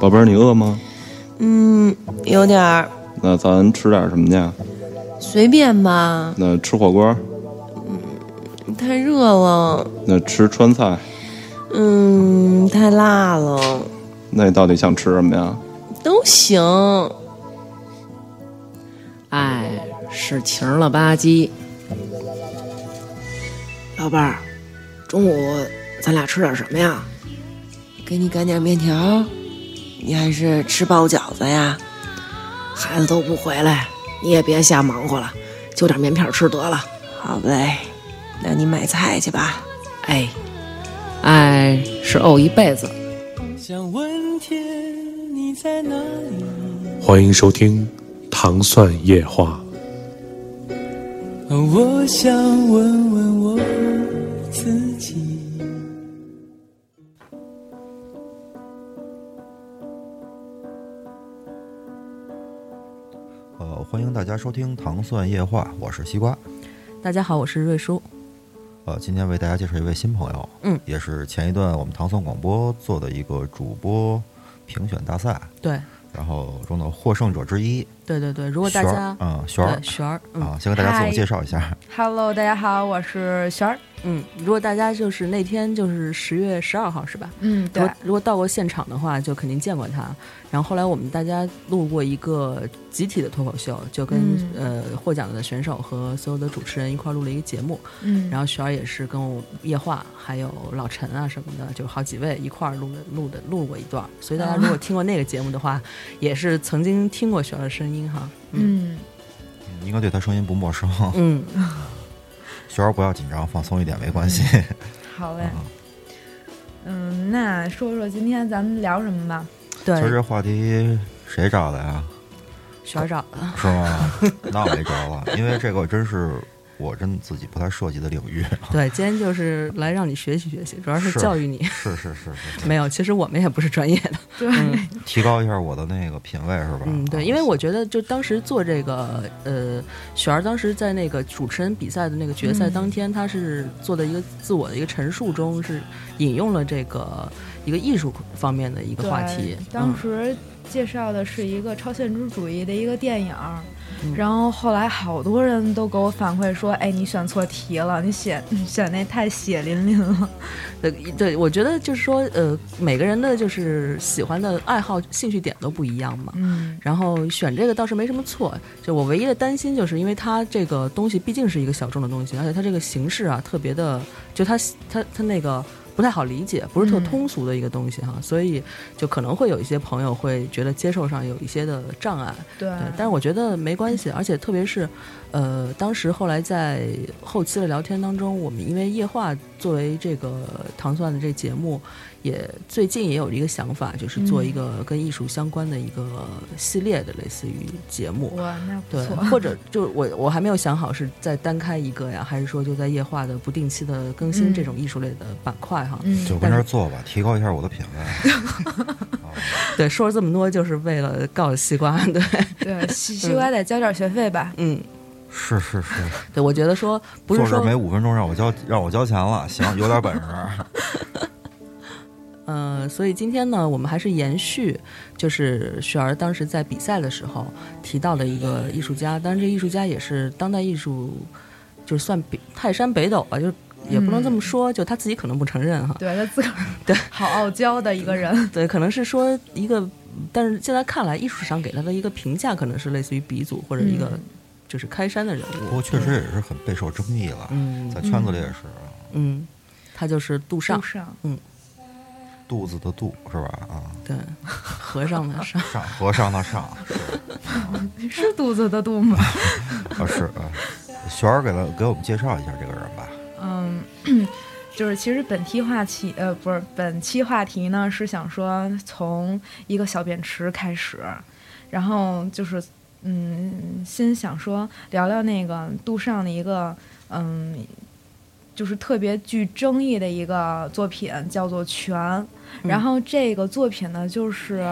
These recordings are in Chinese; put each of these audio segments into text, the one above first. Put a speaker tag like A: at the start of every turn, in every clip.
A: 宝贝儿，你饿吗？
B: 嗯，有点儿，
A: 那咱吃点什么去？
B: 随便吧，
A: 那吃火锅？
B: 太热了，
A: 那吃川菜？
B: 嗯，太辣了，
A: 那你到底想吃什么呀？
B: 都行。
C: 哎，是晴了吧唧。
D: 老伴儿，中午咱俩吃点什么呀？
B: 给你擀点面条，你还是吃包饺子呀？
D: 孩子都不回来，你也别瞎忙活了，就点面片吃得了。
B: 好嘞，那你买菜去吧。
C: 哎，哎，是怄一辈子。
E: 想问天你在哪里？
F: 欢迎收听《糖蒜夜话
E: 哦我想问问我自己。
G: 呃，欢迎大家收听《糖蒜夜话》，我是西瓜。
H: 大家好，我是瑞叔。
G: 呃，今天为大家介绍一位新朋友，
H: 嗯，
G: 也是前一段我们糖蒜广播做的一个主播评选大赛，
H: 对，
G: 然后中的获胜者之一，
H: 对对对，如果大
G: 璇儿
H: 家，
G: 嗯，璇儿
H: 对璇儿，嗯
G: 啊，先给大家自我
H: 嗨
G: 介绍一下，
I: Hello，大家好，我是璇儿。
H: 嗯，如果大家就是那天就是十月十二号是吧？
I: 嗯，
H: 如果如果到过现场的话，就肯定见过他。然后后来我们大家录过一个集体的脱口秀，就跟、呃获奖的选手和所有的主持人一块儿录了一个节目。
I: 嗯，
H: 然后璇儿也是跟我夜话还有老陈啊什么的，就好几位一块儿录的录的录过一段儿。所以大家如果听过那个节目的话，也是曾经听过璇儿的声音哈。
I: 嗯，
G: 应该对他声音不陌 生。
H: 嗯，
G: 璇儿不要紧张，放松一点没关系。
I: 好嘞。嗯，那说说今天咱们聊什么吧？
H: 对
G: 其，实这话题谁找的 呀？
H: 璇儿找的。
G: 是吗？那我没招了，因为这个真是我真自己不太涉及的领域。
I: 哦
H: 对，今天就是来让你学习学习，主要是
G: 是
H: 教育你。
G: 是是是是，
H: 没有，其实我们也不是专业 的。
I: 对，
G: 提高一下我的那个品味是吧？
H: 嗯，对，
G: 啊
H: 因为我觉得就当时做这个，呃，雪儿当时在那个主持人比赛的那个决赛
I: 嗯
H: 当天，她是做的一个自我的一个陈述中，是引用了这个一个艺术方面的一个
I: 对
H: 话题。嗯
I: 当时介绍的是一个超现实主义的一个电影儿，
H: 嗯
I: 然后后来好多人都给我反馈说：“哎，你选错题了， 你选选那太血淋淋了。
H: 对对，我觉得就是说，呃，每个人的就是喜欢的爱好、兴趣点都不一样嘛”。
I: 嗯，
H: 然后选这个倒是没什么错，就我唯一的担心就是因为它这个东西毕竟是一个小众的东西，而且它这个形式啊特别的，就它它它那个不太好理解，不是特
I: 嗯
H: 通俗的一个东西哈，所以就可能会有一些朋友会觉得接受上有一些的障碍。
I: 对
H: 对，但是我觉得没关系，而且特别是，呃，当时后来在后期的聊天当中，我们因为夜话作为这个糖蒜的这节目，也最近也有一个想法，就是做
I: 嗯
H: 一个跟艺术相关的一个系列的类似于节目。
I: 哇，那不
H: 对，
I: 错。
H: 或者就是我我还没有想好是再单开一个呀，还是说就在夜话的不定期的更新
I: 嗯
H: 这种艺术类的板块哈。
I: 嗯，
G: 就跟这儿做吧，提高一下我的品味。
H: 对，说了这么多就是为了告诉西瓜， 对，
I: 对，西西瓜得交点学费吧？
H: 嗯，
G: 是是是，
H: 对，我觉得说不是
G: 坐这
H: 说
G: 儿没五分钟让我交让我交钱了，行，有点本事。
H: 呃，所以今天呢，我们还是延续，就是雪儿当时在比赛的时候提到的一个艺术家，当然这艺术家也是当代艺术，就是算北泰山北斗吧，就是也不能这么说，就他自己可能不承认哈，
I: 嗯对他自个儿
H: 对
I: 好傲娇的一个人。
H: 对，可能是说一个，但是现在看来，艺术上给他的一个评价可能是类似于鼻祖或者一个
I: 嗯
H: 就是开山的人
G: 不
H: 物
G: 过，确实也是很备受争议了，
H: 嗯
G: 在圈子里也是，
H: 嗯，他就是杜尚
I: 路，上，
G: 肚子的肚是吧？啊，
H: 对，和尚 的尚，
G: 上和尚的 上啊是
I: 是肚子的肚吗？
G: 啊是啊。璇儿给他给我们介绍一下这个人吧。
I: 嗯，就是其实本期话题，呃，不是本期话题呢，是想说从一个小便池开始，然后就是嗯，先想说聊聊那个杜尚的一个嗯，就是特别具争议的一个作品，叫做《泉》。然后这个作品呢，就是，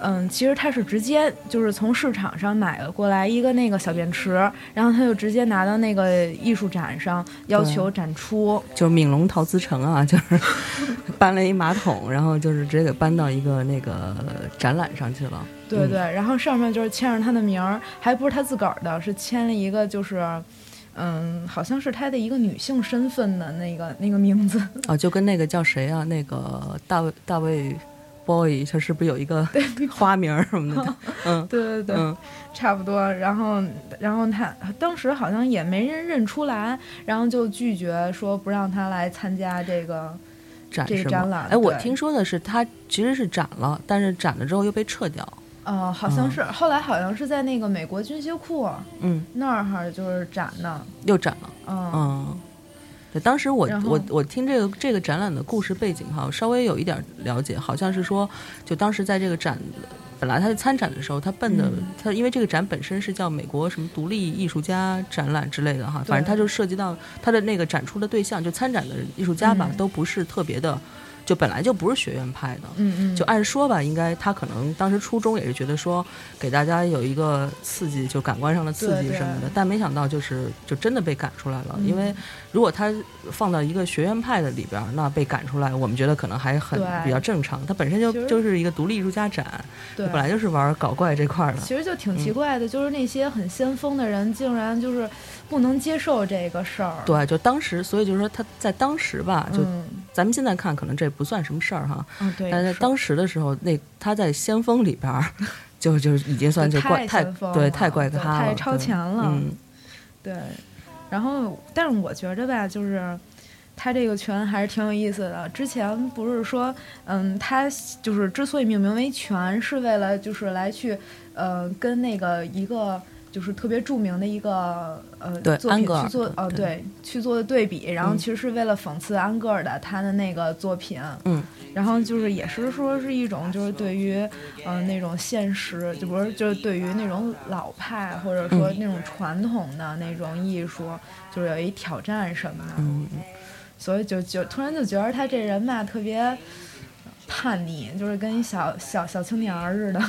I: 嗯，其实它是直接就是从市场上买了过来一个那个小便池，然后他就直接拿到那个艺术展上要求展出。
H: 就是闵龙陶瓷城啊，就是 搬了一马桶，然后就是直接给搬到一个那个展览上去了。
I: 对对，然后上面就是签上他的名儿，还不是他自个儿的，是签了一个就是，嗯，好像是他的一个女性身份的那个那个名字。
H: 啊，就跟那个叫谁啊，那个大卫大卫 boy，他是不是有一个花名儿什么 的？嗯
I: 对对对，
H: 嗯，
I: 差不多。然后，然后他当时好像也没人认出来，然后就拒绝说不让他来参加这个。
H: 展
I: 这个
H: 是吗
I: 展览
H: 哎，我
I: 对
H: 听说的是他其实是展了，但是展了之后又被撤掉。
I: 呃，好像是、后来好像是在那个美国军械库
H: 嗯，
I: 那儿哈，就是展的。
H: 又展了。
I: 嗯，
H: 嗯，对，当时我
I: 然后
H: 我我听这个这个展览的故事背景哈，稍微有一点了解，好像是说，就当时在这个展。本来他在参展的时候，他奔的、
I: 嗯
H: 他，因为这个展本身是叫美国什么独立艺术家展览之类的哈，反正他就涉及到他的那个展出的对象，就参展的艺术家吧，
I: 嗯
H: 都不是特别的，就本来就不是学院派的，
I: 嗯嗯，
H: 就按说吧，应该他可能当时初衷也是觉得说给大家有一个刺激，就感官上的刺激
I: 对对嗯
H: 什么的，但没想到就是就真的被赶出来了。因为如果他放到一个学院派的里边儿，那被赶出来，我们觉得可能还很
I: 对
H: 比较正常。他本身就
I: 其实
H: 就是一个独立艺术家展，
I: 对，
H: 本来就是玩搞怪这块儿的。
I: 其实就挺奇怪的，就是那些很先锋的人，竟然就是不能接受这个事儿。，
H: 对，就当时，所以就是说他在当时吧，就
I: 嗯，
H: 咱们现在看可能这不算什么事儿哈，
I: 嗯，对，
H: 但是
I: 是
H: 当时的时候，那他在先锋里边儿， 就就已经算就怪
I: 太
H: 太
I: 先锋
H: 对
I: 了
H: 太怪
I: 对
H: 咖了，
I: 太超
H: 对
I: 前了
H: 嗯，
I: 对。然后，但是我觉着吧，就是他这个拳还是挺有意思的。之前不是说，嗯，他就是之所以命名为拳，是为了就是来去，呃，跟那个一个。就是特别著名的一个呃
H: 对
I: 作品
H: 安格尔
I: 去做
H: 的
I: 呃
H: 对
I: 对去做的对比，然后
H: 嗯
I: 其实是为了讽刺安格尔的他的那个作品，
H: 嗯，
I: 然后就是也是说是一种就是对于嗯、呃那种现实，就不是就是对于那种老派或者说
H: 嗯
I: 那种传统的那种艺术，就是有一挑战什么的，
H: 嗯
I: 所以就就突然就觉得他这人吧特别叛逆，就是跟一小小小青年儿似的。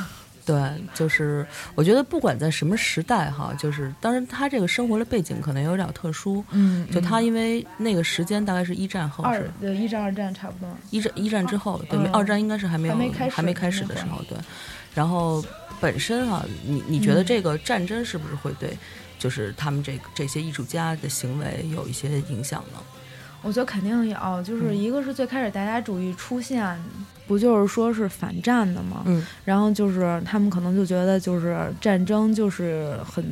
H: 对，就是我觉得不管在什么时代哈，就是当然他这个生活的背景可能有点特殊，
I: 嗯
H: 就他因为那个时间大概是一战后
I: 二
H: 是。
I: 对一战二战差不多，
H: 一战一战之后，对，
I: 嗯
H: 二战应该是还没有
I: 还没开始
H: 开始的
I: 那
H: 时
I: 会儿
H: 候，对。然后本身啊，你你
I: 嗯
H: 觉得这个战争是不是会对，就是他们这个这些艺术家的行为有一些影响呢？
I: 我觉得肯定有，
H: 嗯
I: 就是一个是最开始大家主义出现，不就是说是反战的吗？
H: 嗯，
I: 然后就是他们可能就觉得就是战争就是很，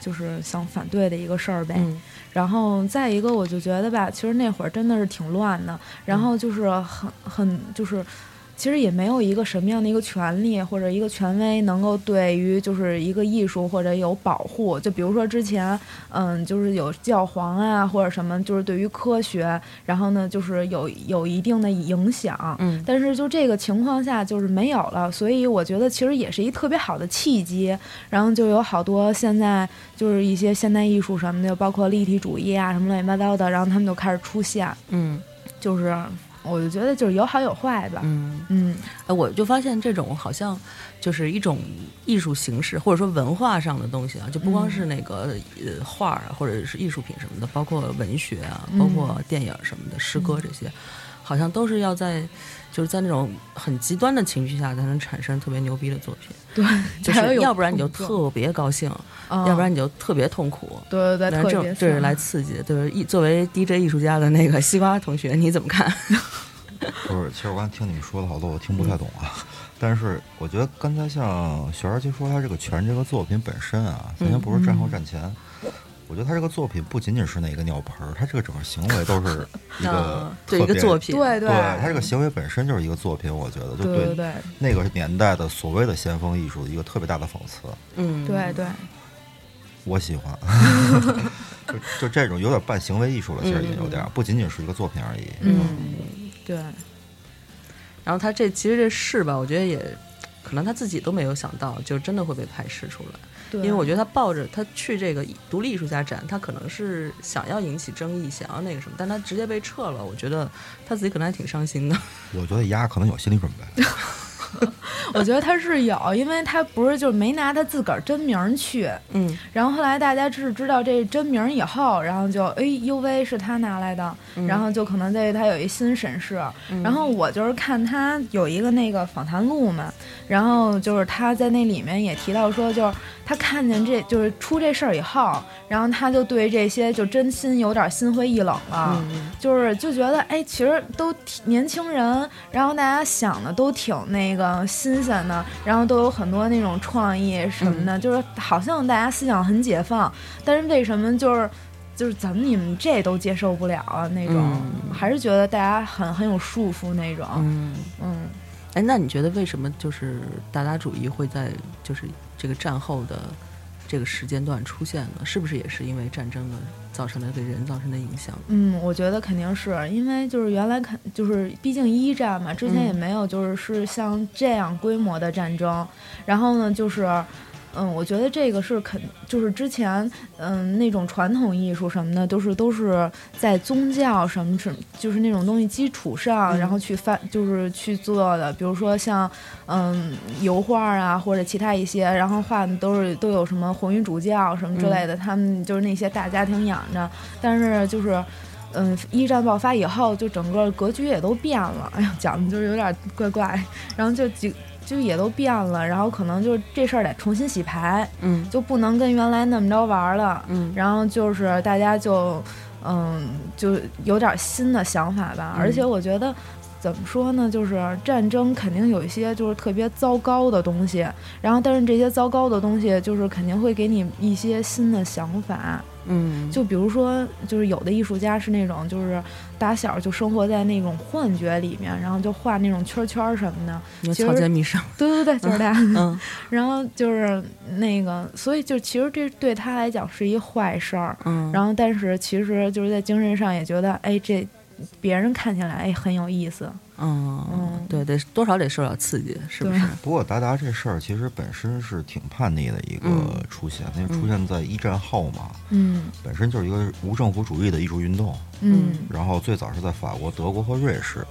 I: 就是想反对的一个事儿呗。
H: 嗯
I: 然后再一个，我就觉得吧，其实那会儿真的是挺乱的，
H: 嗯
I: 然后就是很很就是。其实也没有一个什么样的一个权利或者一个权威能够对于就是一个艺术或者有保护，就比如说之前，嗯，就是有教皇啊或者什么，就是对于科学，然后呢就是有有一定的影响，
H: 嗯
I: 但是就这个情况下就是没有了，所以我觉得其实也是一特别好的契机，然后就有好多现在就是一些现代艺术什么的，包括立体主义啊什么乱七八糟的，然后他们就开始出现，
H: 嗯
I: 就是我就觉得就是有好有坏吧，
H: 嗯。
I: 嗯
H: 哎，我就发现这种好像就是一种艺术形式，或者说文化上的东西啊，就不光
I: 嗯
H: 是那个、呃画儿啊，或者是艺术品什么的，包括文学啊，包括
I: 嗯
H: 电影什么的，诗歌这些，好像都是要在就是在那种很极端的情绪下才能产生特别牛逼的作品，
I: 对，
H: 就
I: 还
H: 是
I: 有
H: 要不然你就
I: 碰
H: 特别高兴，
I: 撞，
H: 要不然
I: 嗯
H: 你就特别痛苦。
I: 对对
H: 但是
I: 对，特
H: 这
I: 别
H: 种这是
I: 烦
H: 来刺激，就是艺作为 DJ 艺术家的那个西瓜同学，你怎么 看？嗯
G: 不是，其实我刚才听你们说了好多，我听不太懂啊。
H: 嗯
G: 但是我觉得刚才像雪儿就说他这个《全》这个作品本身啊，咱
H: 嗯
G: 先不是战后战前，我觉得他这个作品不仅仅是那个尿盆儿，他这个整个行为都 是一个
H: 啊
G: 呃特
H: 对一个
G: 别
H: 作，品，
I: 对
G: 对他这个行为本身就是一个作品，我觉得就
I: 对对对
G: 那个年代的所谓的先锋艺术的一个特别大的讽刺。
H: 嗯，
I: 对对，
G: 我喜欢， 就就这种有点半行为艺术了，其实也有
H: 嗯
G: 点儿，不仅仅是一个作品而已。
I: 嗯对，
H: 然后他这其实这事吧，我觉得也可能他自己都没有想到，就真的会被排斥出来。
I: 对，
H: 因为我觉得他抱着他去这个独立艺术家展，他可能是想要引起争议，想要那个什么，但他直接被撤了，我觉得他自己可能还挺伤心的。
G: 我觉得丫可能有心理准备，
I: 我觉得他是有，因为他不是就没拿他自个儿真名儿去，
H: 嗯，
I: 然后后来大家是知道这真名儿以后，然后就哎 UV 是他拿来的，然后就可能对他有一新审视。然后我就是看他有一个那个访谈录嘛，然后就是他在那里面也提到说，就是他看见这就是出这事儿以后，然后他就对这些就真心有点心灰意冷了，就是就觉得哎，其实都挺年轻人，然后大家想的都挺那个新鲜的，然后都有很多那种创意什么的，就是好像大家思想很解放，但是为什么就是就是怎么你们这都接受不了啊那种，还是觉得大家很很有束缚那种，
H: 嗯，
I: 嗯
H: 哎，那你觉得为什么就是达达主义会在就是这个战后的这个时间段出现呢？是不是也是因为战争的造成的对人造成的影响？
I: 嗯，我觉得肯定是因为就是原来肯就是毕竟一战嘛，之前也
H: 嗯
I: 没有就是是像这样规模的战争，然后呢就是。嗯，我觉得这个是肯，就是之前，嗯，那种传统艺术什么的，都是都是在宗教什么什么，就是那种东西基础上，然后去发，就是去做的。比如说像，嗯，油画啊，或者其他一些，然后画的都是都有什么红衣主教什么之类的，他们就是那些大家庭养着，但是就是。嗯，一战爆发以后，就整个格局也都变了。哎呀，讲的就是有点怪怪，然后就几就也都变了，然后可能就是这事儿得重新洗牌，
H: 嗯
I: 就不能跟原来那么着玩儿了。
H: 嗯
I: 然后就是大家就，嗯，就有点新的想法吧。
H: 嗯
I: 而且我觉得，怎么说呢，就是战争肯定有一些就是特别糟糕的东西，然后但是这些糟糕的东西就是肯定会给你一些新的想法。
H: 嗯，
I: 就比如说，就是有的艺术家是那种，就是打小就生活在那种幻觉里面，然后就画那种圈圈儿什么的。
H: 你
I: 其
H: 说草
I: 实
H: 间弥生，
I: 对对对，就是他。
H: 嗯
I: 然后就是那个，所以就其实这对他来讲是一坏事儿。
H: 嗯，
I: 然后，但是其实就是在精神上也觉得，哎，这别人看起来哎很有意思。
H: 嗯
I: 嗯，
H: 对，得多少得受点刺激，是不
I: 对
H: 是？
G: 不过达达这事儿其实本身是挺叛逆的一个
H: 嗯
G: 出现，因为出现在一战后嘛，
I: 嗯
G: 本身就是一个无政府主义的艺术运动。
I: 嗯，
G: 然后最早是在法国、德国和瑞士，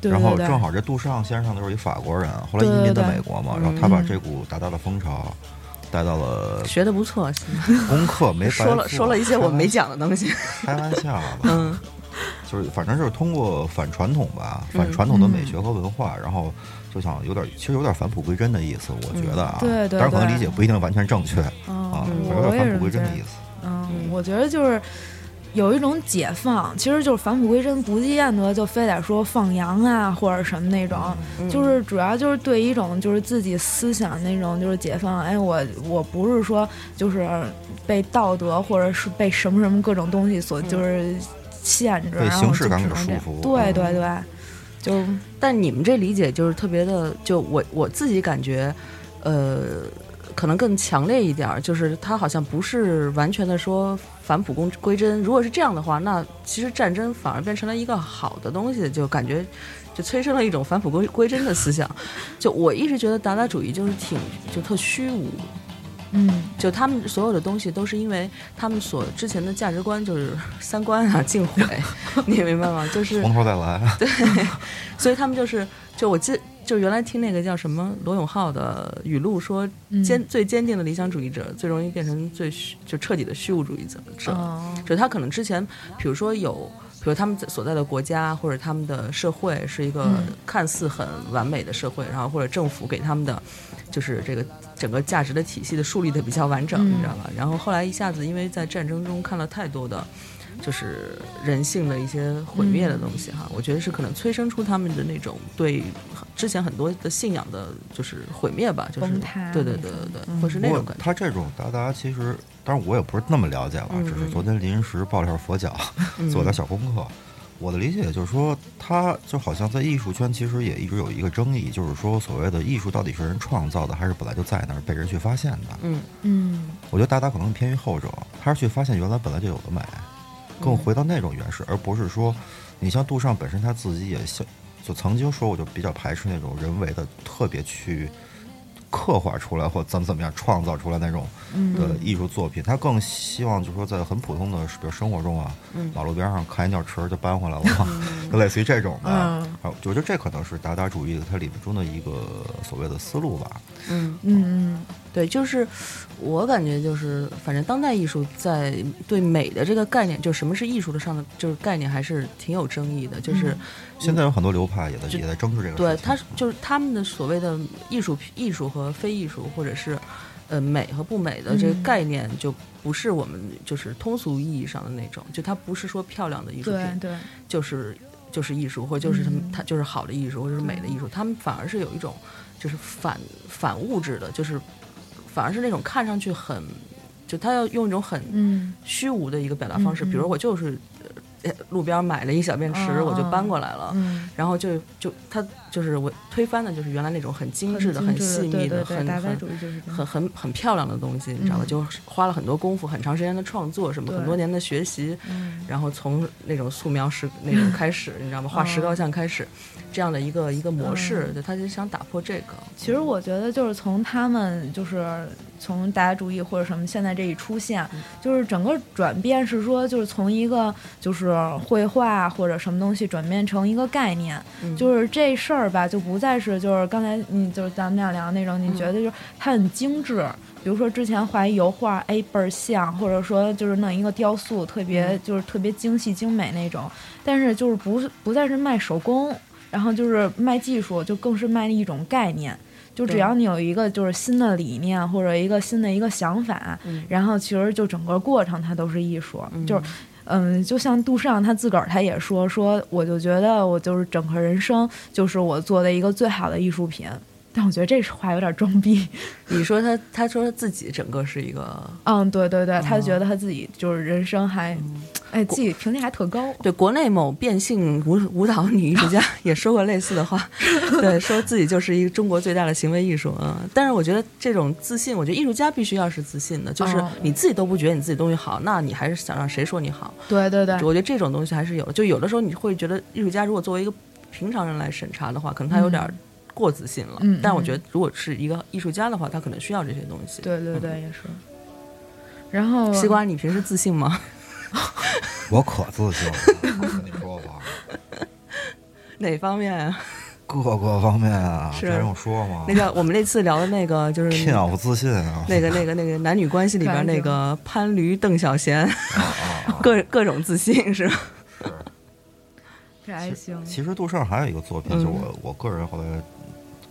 I: 对
G: 然
I: 对
G: 后
I: 对，
G: 正好这杜尚先生就是一法国人，后来
I: 对对
G: 移民到
I: 对
G: 美国嘛，
H: 嗯
G: 然后他把这股达达的风潮带到了
H: 学的不错，现在
G: 功课没白
H: 说了
G: 做
H: 说了一些 我没
G: 开
H: 讲的东西。
G: 开玩笑了吧？
H: 嗯
G: 就是反正就是通过反传统吧，
I: 嗯
G: 反传统的美学和文化，然后就想有点，其实有点返璞归真的意思，我觉得啊，
I: 嗯对对
G: 但是可能
I: 对
G: 理解不一定完全正确啊，
I: 嗯
G: 反正，有
I: 我
G: 点
I: 也
G: 返
I: 是
G: 璞归
I: 这
G: 真的
I: 么觉
G: 意
I: 得。
G: 思。
I: 嗯，我觉得就是。有一种解放，其实就是返璞归真，不见得就非得说放羊啊或者什么那种，
H: 嗯
I: 就是主要就是对一种就是自己思想那种就是解放。哎，我我不是说就是被道德或者是被什么什么各种东西所
H: 嗯
I: 就是限制，
G: 被
I: 然后
G: 形式
I: 就
G: 感
I: 只
G: 给
I: 能这样
G: 束缚
I: 对
G: 嗯
I: 对对，就
H: 但你们这理解就是特别的，就我我自己感觉，呃，可能更强烈一点儿，就是它好像不是完全的说返璞归归真。如果是这样的话，那其实战争反而变成了一个好的东西，就感觉就催生了一种返璞归归真的思想。 就我一直觉得达达主义就是挺就特虚无，
I: 嗯
H: 就他们所有的东西都是因为他们所之前的价值观就是三观啊 尽毁，你明白吗？就是
G: 从头再来，
H: 所以他们就是，就我记，就原来听那个叫什么罗永浩的语录说，坚、最坚定的理想主义者最容易变成最虚，就彻底的虚无主义者。
I: 哦
H: 就他可能之前，比如说有，比如他们在所在的国家或者他们的社会是一个看似很完美的社会，然后或者政府给他们的就是这个整个价值的体系的树立的比较完整，你知道吧？然后后来一下子因为在战争中看了太多的。就是人性的一些毁灭的东西哈，我觉得是可能催生出他们的那种对之前很多的信仰的，就是毁灭吧，就是
I: 崩塌
H: 对对对对对，或是那
G: 不
H: 种
G: 过
H: 感觉。
G: 他这种达达其实，当然我也不是那么了解了，
I: 嗯
G: 只是昨天临时报了一下佛脚， 做点小功课。我的理解就是说，他就好像在艺术圈其实也一直有一个争议，就是说所谓的艺术到底是人创造的，还是本来就在那儿被人去发现的？
H: 嗯
I: 嗯
G: 我觉得达达可能偏于后者，他是去发现原来本来就有的美，更回到那种原始，而不是说，你像杜尚本身他自己也像，就曾经说我就比较排斥那种人为的特别去刻画出来或怎么怎么样创造出来那种
H: 嗯
G: 的艺术作品，他更希望就是说在很普通的比如生活中啊，
H: 嗯
G: 马路边上看一尿池儿就搬回来了，就 类似于这种的。
I: 嗯
G: 啊，我觉得这可能是达达主义它里面中的一个所谓的思路吧。
H: 嗯，
I: 嗯
H: 对，就是我感觉就是，反正当代艺术在对美的这个概念，就什么是艺术的上的就是概念，还是挺有争议的。就是、
I: 嗯
G: 现在有很多流派也在
H: 就
G: 也在争执这个
H: 对
G: 事情。，嗯
H: 他就是他们的所谓的艺术品、艺术和非艺术，或者是呃美和不美的这个
I: 嗯
H: 概念，就不是我们就是通俗意义上的那种，就它不是说漂亮的艺
I: 嗯，
H: 术
I: 对
H: 品，
I: 对，
H: 就是就是艺术，或者就是他们
I: 嗯
H: 它就是好的艺术，或者是美的艺术，他们反而是有一种就是反反物质的，就是反而是那种看上去很，就他要用一种很
I: 嗯
H: 虚无的一个表达方式，
I: 嗯嗯
H: 比如我就是呃路边买了一小便池，
I: 嗯
H: 我就
I: 嗯
H: 搬过来了。
I: 嗯，
H: 然后就就他就是我推翻的，就是原来那种很精致的、很
I: 精致
H: 细密
I: 对
H: 的、
I: 对对
H: 很
I: 达达
H: 很
I: 主义就是这样
H: 很很很漂亮的东西，你知道吧？
I: 嗯
H: 就花了很多功夫、很长时间的创作，什么
I: 对
H: 很多年的学习，
I: 嗯
H: 然后从那种素描石那种开始，你知道吗？画石膏像开始，这样的一个一个模式，对，他就想打破这个。
I: 其实我觉得就是从他们就是从大家主义或者什么现在这一出现，就是整个转变是说就是从一个就是绘画或者什么东西转变成一个概念，
H: 嗯
I: 就是这事儿吧，就不再是就是刚才嗯就是咱们俩聊那种，你觉得就是它很精致。比如说之前画一油画，哎倍儿像，或者说就是弄一个雕塑，特别就是特别精细精美那种，但是就是不是不再是卖手工，然后就是卖技术，就更是卖一种概念。就只
H: 对
I: 要你有一个就是新的理念或者一个新的一个想法，
H: 嗯
I: 然后其实就整个过程它都是艺术，就是嗯，就像杜尚他自个儿他也说说，我就觉得我就是整个人生就是我做的一个最好的艺术品。但我觉得这话有点装逼。
H: 你说他，他说他自己整个是一个
I: 嗯，对对对，他
H: 哦
I: 觉得他自己就是人生还，哎，自己评价还特高。
H: 对，国内某变性舞舞蹈女艺术家也说过类似的话，对，说自己就是一个中国最大的行为艺术啊。嗯但是我觉得这种自信，我觉得艺术家必须要是自信的，就是
I: 哦
H: 你自己都不觉得你自己东西好，那你还是想让谁说你好？
I: 对对对，
H: 我觉得这种东西还是有的。就有的时候你会觉得，艺术家如果作为一个平常人来审查的话，可能他有点儿过自信了。
I: 嗯嗯嗯
H: 但我觉得如果是一个艺术家的话，他可能需要这些东西。，
I: 对对对，也是。然后
H: 西瓜，你平时自信吗？
G: 我可自信了，我跟你说吧，
H: 哪方面啊？
G: 各个方面啊，
H: 是
G: 这还用说吗
H: 那？个我们那次聊的那个就是
G: 骗我自信啊！
H: 那个、那个、那个男女关系里边那个潘驴、邓小闲， 各各种自信是吧？
I: 这还行，
G: 其实杜尚还有一个作品，
H: 嗯
G: 就是我我个人后来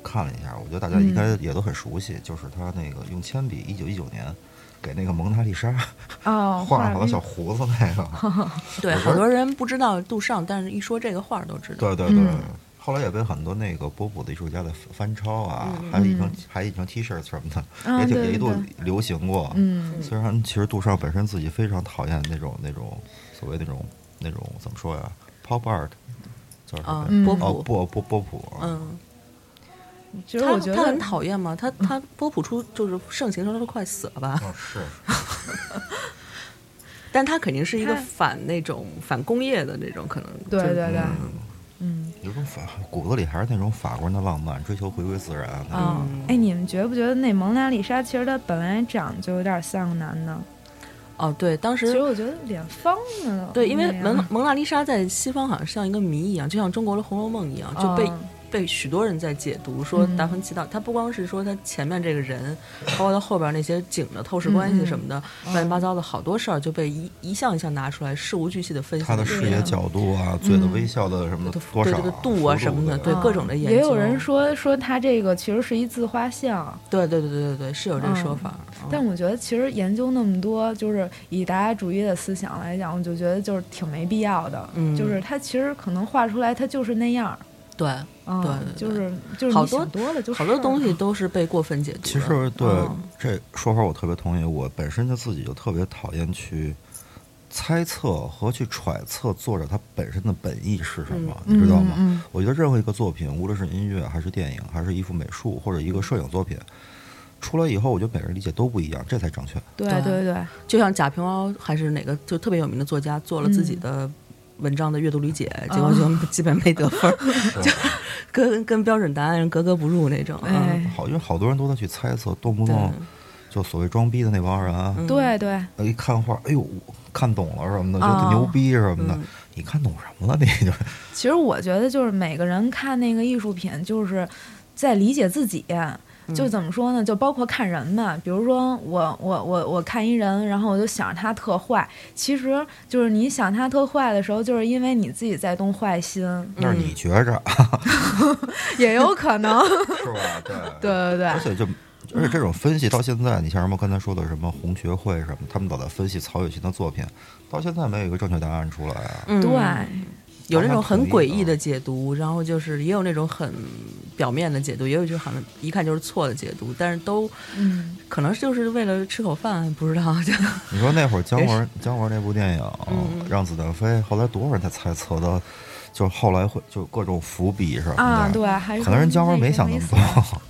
G: 看了一下，我觉得大家应
H: 嗯
G: 该也都很熟悉，就是他那个用铅笔，一九一九年给那个蒙娜丽莎
I: 哦，
G: 画上
I: 画
G: 好多
H: 嗯
G: 小胡子那个，
H: 对，好多人不知道杜尚，但是一说这个画儿都知道。
G: 对对对。后来也被很多那个波普的艺术家在翻抄啊，
H: 嗯
G: 还有印成还印成 T 恤什么的，
I: 啊
G: 也挺
I: 对
G: 也一度
I: 对
G: 流行过。
I: 嗯
G: 虽然其实杜尚本身自己非常讨厌那种那种所谓那种那种怎么说呀，pop art，叫什
H: 啊
G: 么？，
I: 嗯
H: 波
G: 哦，
H: 普，
G: 波波波普，
H: 嗯，
I: 其实
H: 他
I: 我觉
H: 他
I: 得
H: 很讨厌吗？他他波普出就是盛行的时候都快死了吧？
G: 哦是，
H: 但他肯定是一个
I: 他
H: 反那种反工业的那种，可能
I: 对
H: 就是
I: 对对，嗯
G: 有种法骨子里还是那种法国人的浪漫，追求回归自然。啊
I: 哦，
H: 嗯
I: 哎，你们觉不觉得那蒙娜丽莎其实她本来长就有点像个男的？
H: 哦对，当
I: 其实
H: 时
I: 我觉得脸方的。
H: 对，因为
I: 那样
H: 蒙蒙娜丽莎在西方好像像一个谜一样，就像中国的《红楼梦》一样，就被
I: 嗯
H: 被许多人在解读，说
I: 嗯
H: 达芬奇到他不光是说他前面这个 人，包括他后边那些景的透视关系什
I: 嗯
H: 么的，乱七八糟的好多事儿就被一一项一项拿出来，事无巨细的分析。
G: 他的视野角度啊，嘴的微笑的什么的多
H: 嗯对
G: 少
H: 这个度啊
G: 幅
H: 什么的，对
G: 对
H: 各种的研究。
I: 嗯
H: 哦
I: 也有人，说说他这个其实是一自画像，
H: 对对对对对对，是有这个说法。嗯
I: 但我觉得其实研究那么多，就是以达达主义的思想来讲，我就觉得就是挺没必要的。
H: 嗯
I: 就是他其实可能画出来他就是那样儿，
H: 对，
I: 嗯，
H: 对对
I: 就是就是
H: 好
I: 你
H: 多
I: 想多了就是
H: 好多东
I: 了
H: 西都是被过分解读的。
G: 其实对
H: 嗯
G: 这说法我特别同意，我本身就自己就特别讨厌去猜测和去揣测作者他本身的本意是什么，你知道吗？
I: 嗯
G: 我觉得任何一个作品，无论是音乐还是电影，还是一幅美术或者一个摄影作品，出来以后，我觉得每个人理解都不一样，这才正确。
I: 对
H: 对嗯
I: 对对，嗯
H: 就像贾平凹还是哪个就特别有名的作家做了自己的文章的阅读理解，
I: 哦
H: 结果就 基本没得分儿，就跟跟标准答案格格不入那种。嗯，
I: 哎，
G: 好，因为好多人都在去猜测，动不
H: 对，
G: 动就所谓装逼的那帮人啊，
H: 嗯
I: 对对，
G: 一看画，哎呦，我看懂了什么的，
I: 啊
G: 就牛逼什么的
H: 嗯，
G: 你看懂什么了？你就
I: 其实我觉得就是每个人看那个艺术品，就是在理解自己。
G: 嗯
I: 就怎么说呢？就包括看人吧，比如说我我我我看一人，然后我就想着他特坏，其实就是你想他特坏的时候，就是因为你自己在动坏心，
G: 那是你觉着
I: 也有可能。
G: 是吧？对嗯
I: 对。对对
G: 而，且就而且这种分析到现在，你像什么刚才说的什么红学会什么，他们老在分析曹雪芹的作品，到现在没有一个正确答案出来啊。
H: 嗯
I: 对，
H: 有那种很诡异的解读，然后就是也有那种很表面的解读，也有就是好像一看就是错的解读，但是都
I: 嗯，
H: 可能就是为了吃口饭，不知道。就
G: 你说那会儿姜文姜文那部电影
H: 嗯
G: 《让子弹飞》，后来多少人在猜测到，就后来会就各种伏笔什么的。
I: 啊，对，还有
G: 可能人姜文没想那么多，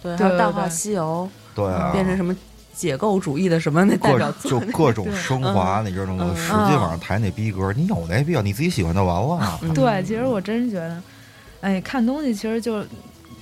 H: 对， 还
I: 对
H: 有《大
I: 对
H: 话
I: 对
H: 西游
G: 对啊》，
H: 变成什么解构主义的什么那代
G: 各
H: 表
G: 种就
H: 作，
G: 各种升华，你知道吗？
H: 嗯
G: 使劲往上抬那逼格，你有那必要？你自己喜欢就完了。
I: 嗯对，其实我真觉得，哎，看东西其实就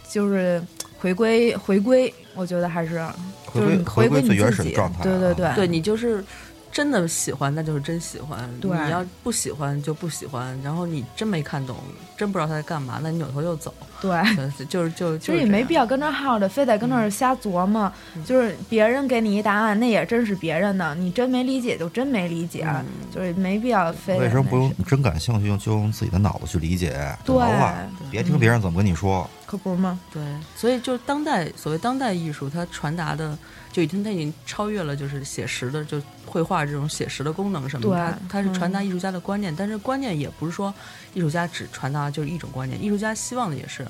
I: 就是回归回归，我觉得还是
G: 回
I: 就
G: 归
I: 是回
G: 归
I: 你
G: 最原
I: 自
G: 始的
I: 己
G: 状态啊。
I: 对对对
H: 对你就是真的喜欢，那就是真喜欢；
I: 嗯对
H: 你要不喜欢就不喜欢。然后你真没看懂，真不知道他在干嘛，那你扭头就 走。
I: 对。
H: 对就是就
I: 其
H: 就
I: 实
H: 是
I: 也
H: 这
I: 没
H: 样
I: 必要跟那耗着，非得跟
G: 嗯
I: 那儿瞎琢磨。就是别人给你一答案，那也真是别人的，你真没理解就真没理解，就是没必要非得
G: 为什么
I: 那
G: 嗯不用
I: 是？
G: 真感兴趣，用就用自己的脑子去理解就
I: 对
G: 完了？啊别
I: 嗯
G: 听别人怎么跟你说。
I: 可不是吗？
H: 对，所以就是当代所谓当代艺术，它传达的就已经它已经超越了就是写实的，就绘画这种写实的功能什么
I: 对嗯
H: 的，它它是传达艺术家的观念，但是观念也不是说艺术家只传达就是一种观念，艺术家希望的也是。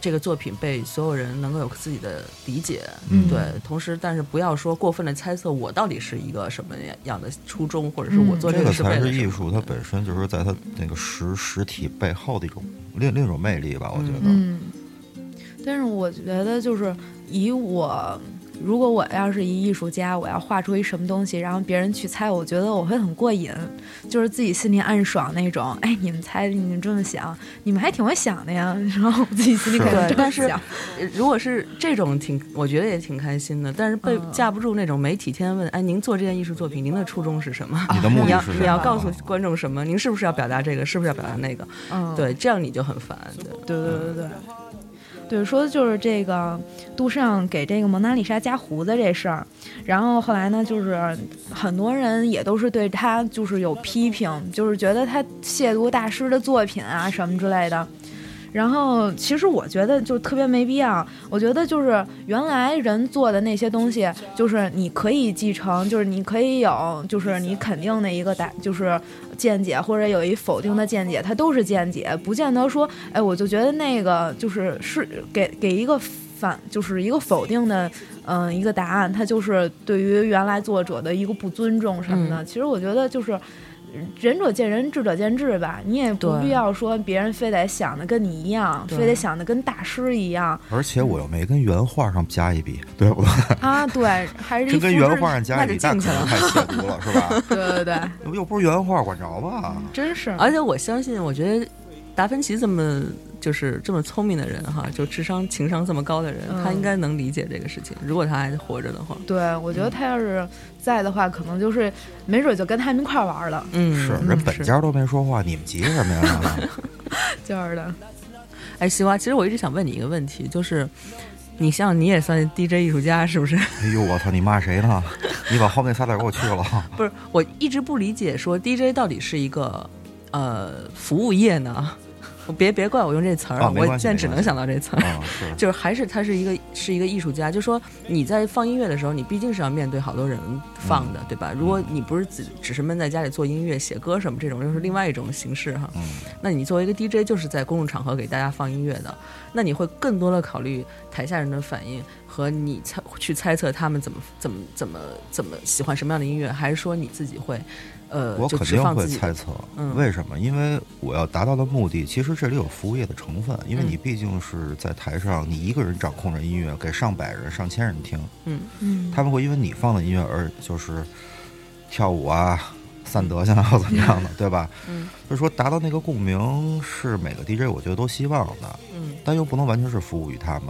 H: 这个作品被所有人能够有自己的理解，
G: 嗯
H: 对，呃同时但是不要说过分的猜测我到底是一个什么样的初衷，或者是我做
G: 嗯这
H: 个
G: 个
H: 是为
G: 才
H: 了
G: 是
H: 什
G: 艺
H: 么
G: 术，它本身就是在它那个实实体背后的一种另另一种魅力吧，我觉得。
I: 嗯，但是我觉得就是以我，如果我要是一艺术家，我要画出一什么东西，然后别人去猜，我觉得我会很过瘾，就是自己心里暗爽那种。哎，你们猜，你们这么想，你们还挺会想的呀，然后我自己心里
G: 是
I: 肯定
H: 对
I: 这么
H: 但是
I: 想。
H: 呃如果是这种挺，我觉得也挺开心的，但是被
G: 嗯
H: 架不住那种媒体天天问，哎，您做这件艺术作品，您的初衷是什么？
G: 你的目的
H: 啊你要
G: 是什么
H: 你要告诉观众什么？您是不是要表达这个？是不是要表达那个？
I: 嗯，
H: 对，这样你就很烦。对
I: 对对对对。对，说就是这个杜尚给这个蒙娜丽莎加胡子这事儿，然后后来呢，就是很多人也都是对他就是有批评，就是觉得他亵渎大师的作品啊什么之类的。然后其实我觉得就特别没必要，我觉得就是原来人做的那些东西，就是你可以继承，就是你可以有，就是你肯定的一个答，就是见解或者有一否定的见解，它都是见解，不见得说，哎，我就觉得那个就是是给给一个反，就是一个否定的，嗯、一个答案，它就是对于原来作者的一个不尊重什
H: 嗯
I: 么的。其实我觉得就是。仁者见仁，智者见智吧。你也不
H: 对
I: 必要说别人非得想的跟你一样，
H: 对
I: 非得想的跟大师一样
G: 而且我又没跟原画上加一笔，对不对？
I: 啊。对，还是一
G: 真跟
I: 复
G: 原
I: 制
G: 画上加一笔，那可
H: 那就进去
G: 能
H: 了
G: 太亵渎了，是吧？
I: 对对对，
G: 又不是原画，管着吧？
H: 嗯
I: 真是。
H: 而且我相信，我觉得达芬奇这么就是这么聪明的人哈，就智商情商这么高的人，
I: 嗯
H: 他应该能理解这个事情。如果他还活着的话，
I: 对，我觉得他要是在的话，可能就是没准就跟他们一块儿 玩了，
H: 嗯，
G: 是
H: 嗯
G: 人本家都没说话，你们急什么 呀？
I: 就是的。
H: 哎，西瓜，其实我一直想问你一个问题，就是你像你也算 DJ 艺术家是不 是？
G: 哎呦，我操！你骂谁呢？你把后面仨字儿给我去了。
H: 不是，我一直不理解，说 DJ 到底是一个呃服务业呢？ 我别别怪我用这词儿、
G: 啊没
H: 我
G: 关系
H: 现在
G: 没
H: 只
G: 关
H: 能
G: 系
H: 想到这词儿。
G: 啊，是
H: 就是还是他是一个是一个艺术家，就说你在放音乐的时候，你毕竟是要面对好多人放
G: 嗯
H: 的，对吧？如果你不是只只是闷在家里做音乐、写歌什么这种，又是另外一种形式哈。
G: 嗯
H: 那你作为一个 DJ，就是在公众场合给大家放音乐的，那你会更多的考虑台下人的反应和你猜去猜测他们怎么怎么怎么怎么喜欢什么样的音乐，还是说你自己会，呃，
G: 我
H: 就
G: 肯
H: 只
G: 定
H: 放
G: 会
H: 自己的
G: 猜测，
H: 嗯
G: 为什么？因为我要达到的目的，其实这里有服务业的成分，
H: 嗯
G: 因为你毕竟是在台上，你一个人掌控着音乐，给上百人、上千人听，
H: 嗯
I: 嗯
G: 他们会因为你放的音乐而就是跳舞啊、散德性啊，或怎么样的，对吧？
H: 嗯，
G: 就是说达到那个共鸣是每个 DJ 我觉得都希望的，
H: 嗯
G: 但又不能完全是服务于他们，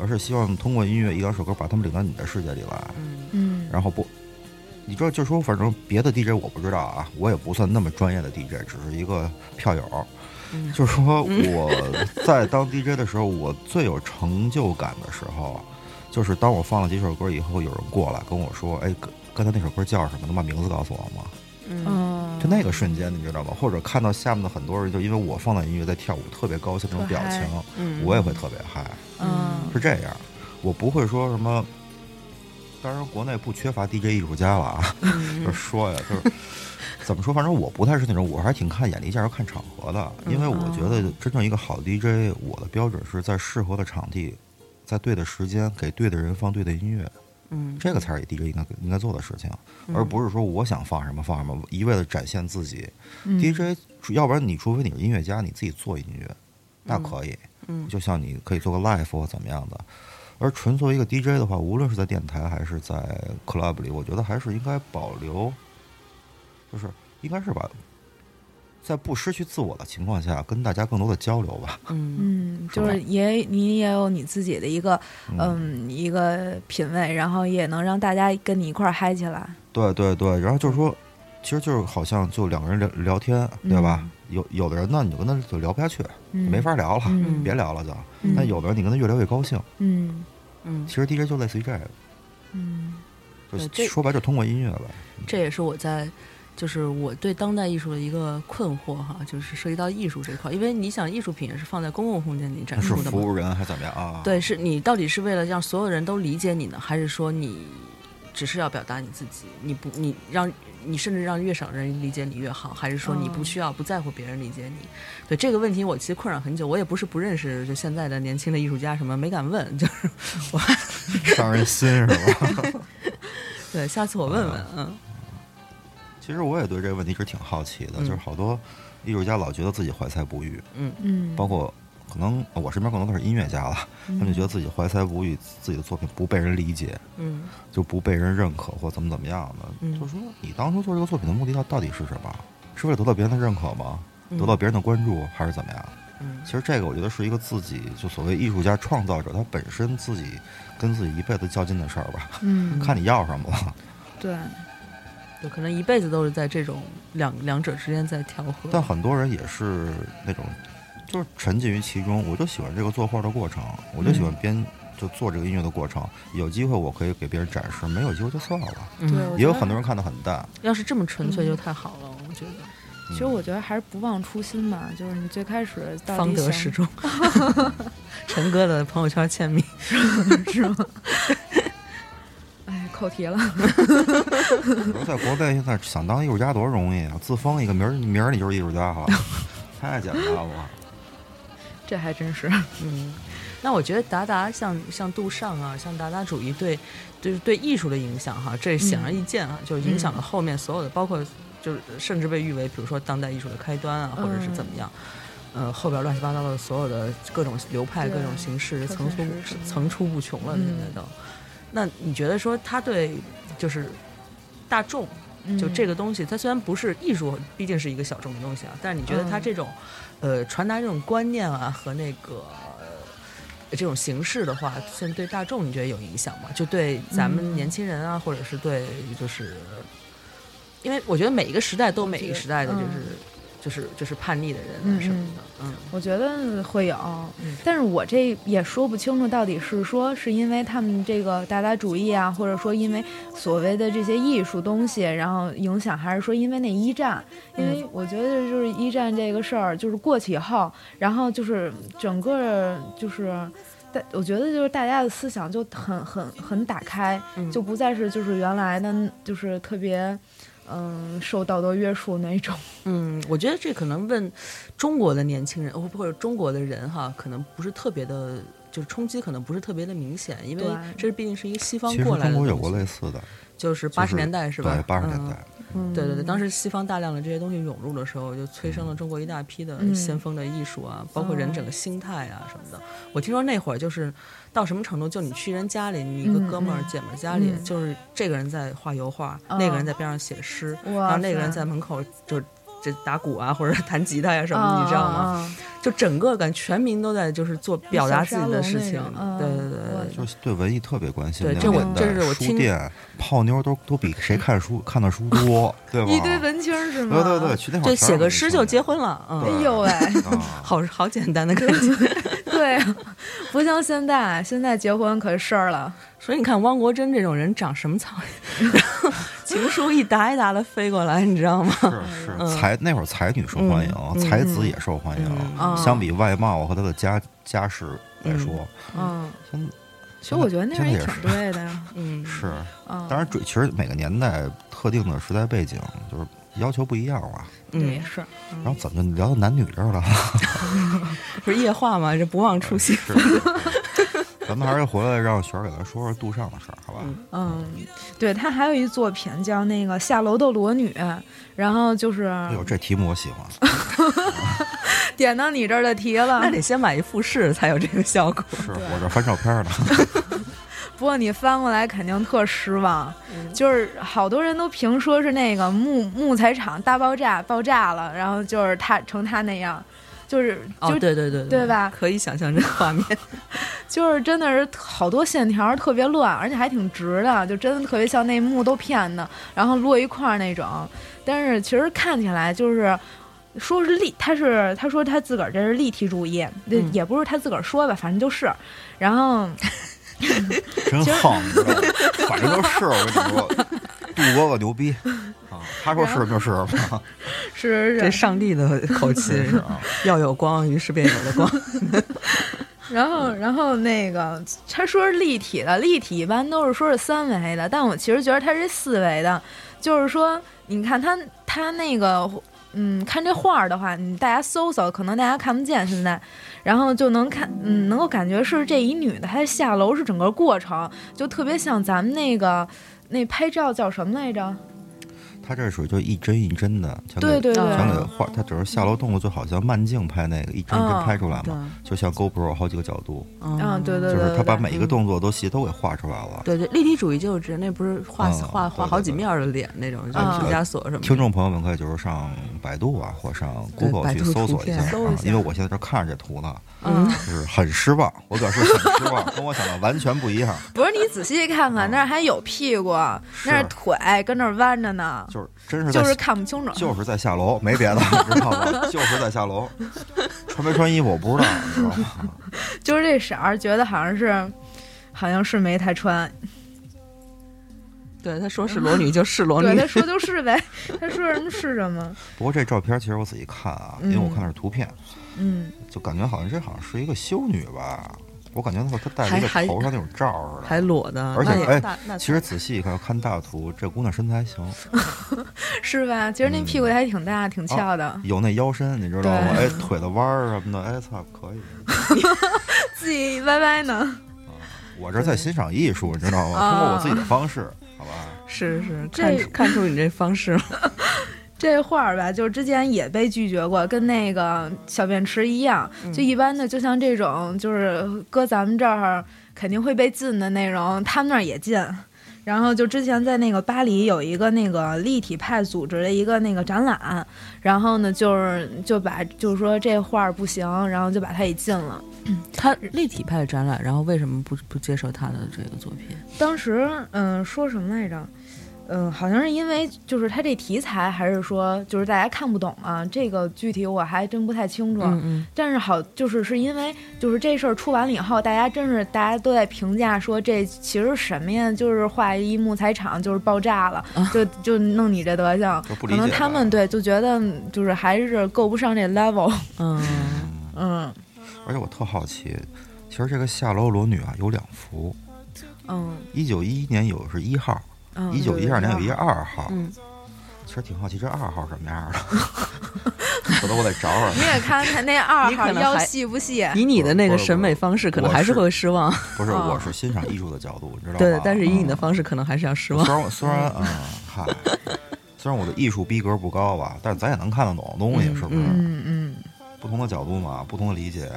G: 而是希望通过音乐一两首歌把他们领到你的世界里来，
H: 嗯
I: 嗯，
G: 然后不。你知道，就是说，反正别的 DJ 我不知道啊，我也不算那么专业的 DJ，只是一个票友。
H: 嗯
G: 就是说我在当 DJ 的时候，我最有成就感的时候，啊就是当我放了几首歌以后，有人过来跟我说：“哎，刚刚才那首歌叫什么？能把名字告诉我吗
H: 嗯
I: 哦？”
G: 就那个瞬间，你知道吗？或者看到下面的很多人，就因为我放的音乐在跳舞，特别高兴那种表情，
H: 嗯
G: 我也会特别嗨。
I: 嗯
G: 是这样，我不会说什么。当然，国内不缺乏 DJ 艺术家了啊，
H: 嗯
G: 就是说呀，就是 怎么说，反正我不太是那种，我还挺看眼力见儿、看场合的，因为我觉
H: 嗯
G: 得真正一个好的 DJ，我的标准是在适合的场地，在对的时间给对的人放对的音乐，
H: 嗯
G: 这个才是 DJ 应该应该做的事情，而不是说我想放什么放什么，一味的展现自己。
I: 嗯
G: DJ，要不然你除非你是音乐家，你自己做音乐，那可以，
H: 嗯
G: 就像你可以做个 live 或怎么样的。而纯作为一个 DJ 的话，无论是在电台还是在 club 里，我觉得还是应该保留，就是应该是把，在不失去自我的情况下，跟大家更多的交流吧。
H: 嗯
I: 嗯，
G: 是
I: 就
G: 吧
I: 是也你也有你自己的一个嗯一个品味，然后也能让大家跟你一块儿嗨起来。
G: 对对对，然后就是说，其实就是好像就两个人聊聊天，对吧？
H: 嗯
G: 有有的人呢，你就跟他就聊不下去，
I: 嗯
G: 没法聊了，
I: 嗯
G: 别聊了就。
I: 嗯
G: 但有的人你跟他越聊越高兴，
I: 嗯
H: 嗯
G: 其，实 DJ 就类似于这个。
I: 嗯
G: 就是
H: 对这
G: 说白就通过音乐吧。
H: 这也是我在。就是我对当代艺术的一个困惑哈，就是涉及到艺术这块，因为你想艺术品也是放在公共空间里展
G: 啊是
H: 出的
G: 服
H: 嘛，
G: 务人还怎么样啊？
H: 对，是你到底是为了让所有人都理解你呢，还是说你只是要表达你自己？你不，你让你甚至让越少人理解你越好，还是说你不需要、不在乎别人理解你？对这个问题，我其实困扰很久。我也不是不认识就现在的年轻的艺术家什么，没敢问。就是我，
G: 伤人心是吧？
H: 对，下次我问问。嗯
G: 其实我也对这个问题一直挺好奇的，
H: 嗯
G: 就是好多艺术家老觉得自己怀才不遇，
I: 嗯，
G: 包括可能呃我身边更多的是音乐家了，他们就觉得自己怀才不遇，自己的作品不被人理解，
H: 嗯
G: 就不被人认可或怎么怎么样的。
H: 嗯
G: 就说你当初做这个作品的目的到到底是什么？是为了得到别人的认可吗？得到别人的关注还是怎么样？
H: 嗯
G: 其实这个我觉得是一个自己就所谓艺术家创造者他本身自己跟自己一辈子较劲的事儿吧。
I: 嗯
G: 看你要什么了。
I: 对，
H: 对，可能一辈子都是在这种两两者之间在调和。
G: 但很多人也是那种，就是沉浸于其中。我就喜欢这个作画的过程，我就喜
H: 嗯
G: 欢编，就做这个音乐的过程。有机会我可以给别人展示，没有机会就算了。
H: 嗯
I: 对我
G: 也有
I: 觉得
G: 很多人看得很淡，
H: 要是这么纯粹就太好了，我觉得
I: 其实我觉得还是不忘初心嘛，就是你最开始到
H: 方
I: 底
H: 得
I: 想
H: 始 终。陈哥的朋友圈签名。
I: 哎，扣题了。
G: 你说在国内现在想当艺术家多容易啊，自封一个名儿，名儿你就是艺术 家了，太简单了。
I: 这还真是，
H: 嗯，那我觉得达达像像杜尚啊，像达达主义对，就是对艺术的影响哈，这显
I: 嗯
H: 而易见啊，就是影响了后面所有的，包括就是甚至被誉为，比如说当代艺术的开端啊，或者是怎
I: 嗯
H: 么样。呃，后边乱七八糟的所有的各种流派、
I: 对
H: 各种形式
I: 特
H: 层出
I: 色是什么
H: 层出不穷了，
I: 嗯
H: 现在都。那你觉得说他对就是大众就这个
I: 个
H: 东西，它虽然不是艺术，毕竟是一个小众的东西啊，但是你觉得它
I: 嗯
H: 这种，呃，传达这种观念啊和那个、呃这种形式的话，现在对大众你觉得有影响吗？就对咱们
I: 嗯
H: 年轻人啊，或者是对就是，因为我觉得每一个时代都有每一个时代的就是、就是就是叛逆的人啊
I: 嗯
H: 什么的，嗯
I: 我觉得会有，
H: 嗯
I: 但是我这也说不清楚，到底是说是因为他们这个达达主义啊，或者说因为所谓的这些艺术东西，然后影响，还是说因为那一战？因为
H: 嗯
I: 我觉得就是一战这个事儿，就是过去以后，然后就是整个就是。但我觉得就是大家的思想就很很很打开，
H: 嗯
I: 就不再是就是原来的，就是特别，嗯，受道德约束那种。
H: 嗯，我觉得这可能问中国的年轻人或或者中国的人哈，可能不是特别的。就是冲击可能不是特别的明显，因为
I: 对
H: 这毕竟是一个西方
G: 其实
H: 过来的
G: 中国
H: 东西。
G: 有过类似的，
H: 就是八
G: 就是
H: 十年代是吧？
G: 对，八十年代。
H: 嗯对对对，当时西方大量的这些东西涌入的时候，就催生了中国一大批的
I: 嗯哦
H: 先锋的艺术啊，包括人整个心态啊什么的。我听说那会儿就是到什么程度，就你去人家里，你一个
I: 嗯
H: 哥们儿、
I: 嗯
H: 姐们儿家里，
I: 嗯
H: 就是这个人在画油画，
I: 哦
H: 那个人在边上写诗，然
I: 哇
H: 后那个人
I: 塞
H: 在门口就就打鼓啊，或者弹吉他呀、什么的，
I: 啊
H: 你知道吗？
I: 啊啊
H: 就整个感觉全民都在就是做表达自己的事情
I: 嗯小沙龙那，种
H: 对对
I: 嗯
H: 对
I: 我
H: 对。
G: 就是对文艺特别关心。
H: 对
G: 那
H: 这
G: 个
H: 我
G: 年
H: 这
G: 代
H: 是我
G: 书
H: 听
G: 店泡妞都都比谁看书看的书 多，对吧？
I: 一堆文青儿是吗？
G: 对对对，去那会儿
H: 就
G: 全
H: 啊写
G: 是
H: 个
G: 文
H: 诗
G: 青
H: 就
G: 年
H: 结婚了，嗯，
I: 哎呦喂，
G: 啊
H: 好好简单的感觉。
I: 对，啊不像现在，现在结婚可是事儿了。
H: 所以你看汪国真这种人长什么草，然后情书一沓一沓的飞过来，你知道吗？
G: 是是才那会儿才女受欢迎，
H: 嗯
G: 才子也受欢迎。
I: 啊
G: 相比外貌和他的家家世来说，
I: 嗯，
G: 现
I: 所以我觉得那
G: 现在
I: 样也
G: 也
I: 挺
G: 是
I: 对的呀。
H: 嗯，
G: 是，
I: 嗯，
G: 当然追其实每个年代特定的时代背景就是要求不一样吧。
I: 对也
H: 嗯，
I: 是。
G: 然后怎么就聊到男女这儿了？
H: 不是夜话嘛，这不忘初心。
G: 是，咱们还是回来让雪儿给咱说说杜尚的事儿，好吧？
I: 嗯，对他还有一作品叫那个《下楼的裸女》，然后就是
G: 哎呦，这题目我喜欢。
H: 嗯
I: 点到你这儿的题了
H: 那。得先买一复式才有这个效果。
G: 是我这翻照片呢。
I: 不过你翻过来肯定特失望，就是好多人都评说是那个木木材厂大爆炸爆炸了，然后就是他成他那样，就是就
H: 哦，对对对
I: 对吧
H: 可以想象这个画面。
I: 就是真的是好多线条特别乱，而且还挺直的，就真的特别像那木头片的，然后摞一块儿那种。但是其实看起来就是。说是立，他是他说他自个儿这是立体主义，那
H: 嗯
I: 也不是他自个儿说吧，反正就是。然后
G: 真横，你知道吗？反正就是我跟你说，杜哥哥牛逼啊！他说是就是了，
I: 是
H: 这
I: 是是，
H: 上帝的口气
G: 真是啊。
H: 要有光，于是便有了光。
I: 然后
G: 嗯
I: 然后那个他说是立体的，立体一般都是说是三维的，但我其实觉得他是四维的，就是说你看他他那个嗯，看这画儿的话，你大家搜搜，可能大家看不见现在，然后就能看，嗯，能够感觉是这一女的，她下楼是整个过程，就特别像咱们那个那拍照叫什么来着？
G: 他这属于就一帧一帧的，全
I: 对
G: 给
I: 对对，
G: 全给画。他只是下楼动作就好像慢镜拍那个一帧一帧拍出来嘛，就像 GoPro 好几个角度，
I: 嗯，对对
G: 就
I: 对
G: 是
I: 对
G: 他把
I: 对嗯
G: 每一个动作都细都给画出来了。
H: 对对，立体主义就是指那不是画
G: 嗯
H: 画
G: 对
H: 画
G: 对
H: 好几
G: 对
H: 面儿的脸那种，就是
I: 嗯
H: 毕加索什么的。
G: 呃听众朋友们可以就是上百度啊，或上
H: 对
G: Google
H: 百
G: 去
H: 度
G: 搜
H: 图
G: 索一
H: 片
G: 下
H: 搜
G: 啊
H: 一，下
G: 因为我现在这看着这图呢，
I: 嗯，
G: 就是很失望，我表示很失望，跟我想的完全不一样。
I: 不是你仔细看看，那儿还有屁股，
G: 嗯是
I: 那儿腿跟那儿弯着呢，
G: 就是真是在
I: 就是看不清楚。
G: 就是在下楼，没别的，知道吗？就是在下楼，穿没穿衣服我不知道，你知道吗？
I: 就是这色儿，觉得好像是，好像是没太穿。
H: 对，他说是裸女就是裸
I: 对，
H: 女
I: 他。说就是 呗，他说什么是什么。
G: 不过这照片其实我仔细看啊，因为我看的是图片，
I: 嗯，
G: 就感觉好像这好像是一个修女吧，我感觉她她戴了一个
H: 还还
G: 头上那种罩儿似
H: 还
G: 的。
H: 裸的，
G: 而且
H: 那也
G: 哎
H: 那那
G: 其实仔细一看，看大图，这姑娘身材还行，
I: 是吧？其实那哦屁股还挺大，挺翘的。
G: 有那腰身，你知道吗？哎，腿的弯儿什么的，哎操，可以。
I: 自己歪歪呢。
G: 我这在欣赏艺术，你知道吗？
I: 啊
G: 通过我自己的方式，好吧？
H: 是是
I: 这
H: 看出看出你这方式了，
I: 这画儿吧，就是之前也被拒绝过，跟那个小便池一样，就一般的，就像这种，就是搁咱们这儿肯定会被禁的那种，他们那儿也禁。然后就之前在那个巴黎有一个那个立体派组织的一个那个展览，然后呢，就是就把就是说这画儿不行，然后就把它给禁了。
H: 他立体派的展览，然后为什么不不接受他的这个作品？
I: 当时嗯、说什么来着？嗯，好像是因为就是它这题材，还是说就是大家看不懂啊？这个具体我还真不太清楚。
H: 嗯，
I: 但是好，就是是因为就是这事儿出完了以后，大家真是大家都在评价说这其实什么呀，就是画一木材厂就是爆炸了，
H: 啊
I: 就就弄你这德行。
G: 就不理解
I: 可
G: 吧。啊
I: 能他们对就觉得就是还是够不上这 level，
H: 嗯，
I: 嗯
G: 而且我特好奇，其实这个下楼裸女啊有两幅，
I: 嗯
G: 一九一一年有是一号，
I: 嗯，
G: 一九一二年有一二号。
H: 嗯
G: 其实挺好奇这二号什么样的，回头 我得找
I: 你
G: 找。
I: 也看看那二
H: 你
I: 号
H: 可能
I: 腰
H: 还
I: 细不细？
H: 以你的那个
G: 不是不是
H: 审美方式，可能
G: 我
H: 还是
G: 是
H: 会失望，
G: 不是，
I: 哦
G: 我是欣赏艺术的角度，你知道吗？
H: 对，但是以你的
G: 嗯
H: 方式，可能还是要失望
G: 虽。然我虽然嗯，嗨，虽然我的艺术逼格不高吧，但是咱也能看得懂东西，
H: 嗯
G: 是不是？
I: 嗯嗯
G: 不同的角度嘛，不同的理解。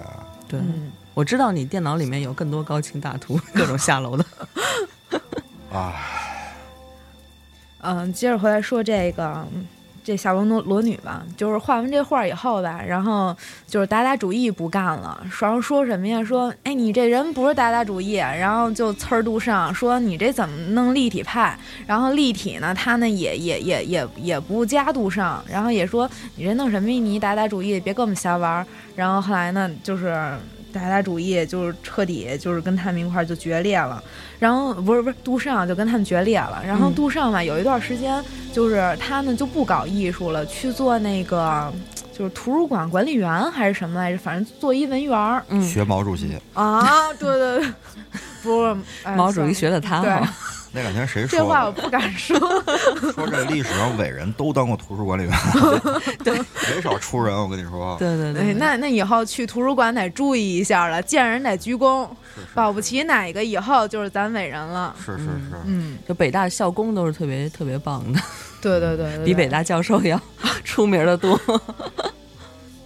H: 对，
I: 嗯，
H: 我知道你电脑里面有更多高清大图，各种下楼的。
G: 唉，
I: 嗯，接着回来说这个这夏罗罗裸女吧，就是画完这画以后吧，然后就是达达主义不干了，然后说什么呀？说哎，你这人不是达达主义，然后就呲儿度上说你这怎么弄立体派？然后立体呢，他呢也也也也也不加度上，然后也说你这弄什么呀？你达达主义别跟我们瞎玩儿。然后后来呢，就是达达主义就是彻底就是跟他们一块儿就决裂了。然后不是不是，杜尚就跟他们决裂了。然后
H: 嗯
I: 杜尚嘛，有一段时间就是他们就不搞艺术了，去做那个就是图书馆管理员还是什么来着，反正做一文员儿
H: 嗯，
G: 学毛主席，
I: 啊。对对对，不是、哎、
H: 毛主
I: 算
H: 席学
I: 了
H: 的他
I: 对
H: 哈，
G: 那两天谁说
I: 这话我
G: 的？
I: 不敢说。
G: 说这历史上伟人都当过图书管理员，对， 没少出人。我跟你说，
H: 对对
I: 哎
H: 对，，
I: 那那以后去图书馆得注意一下了，见人得鞠躬，
G: 是是
I: 保不齐哪个以后就是咱伟人了。
G: 是是是，
I: 嗯，
H: 就北大校工都是特别特别棒的，
I: 对对对对，
H: 比北大教授要出名的多。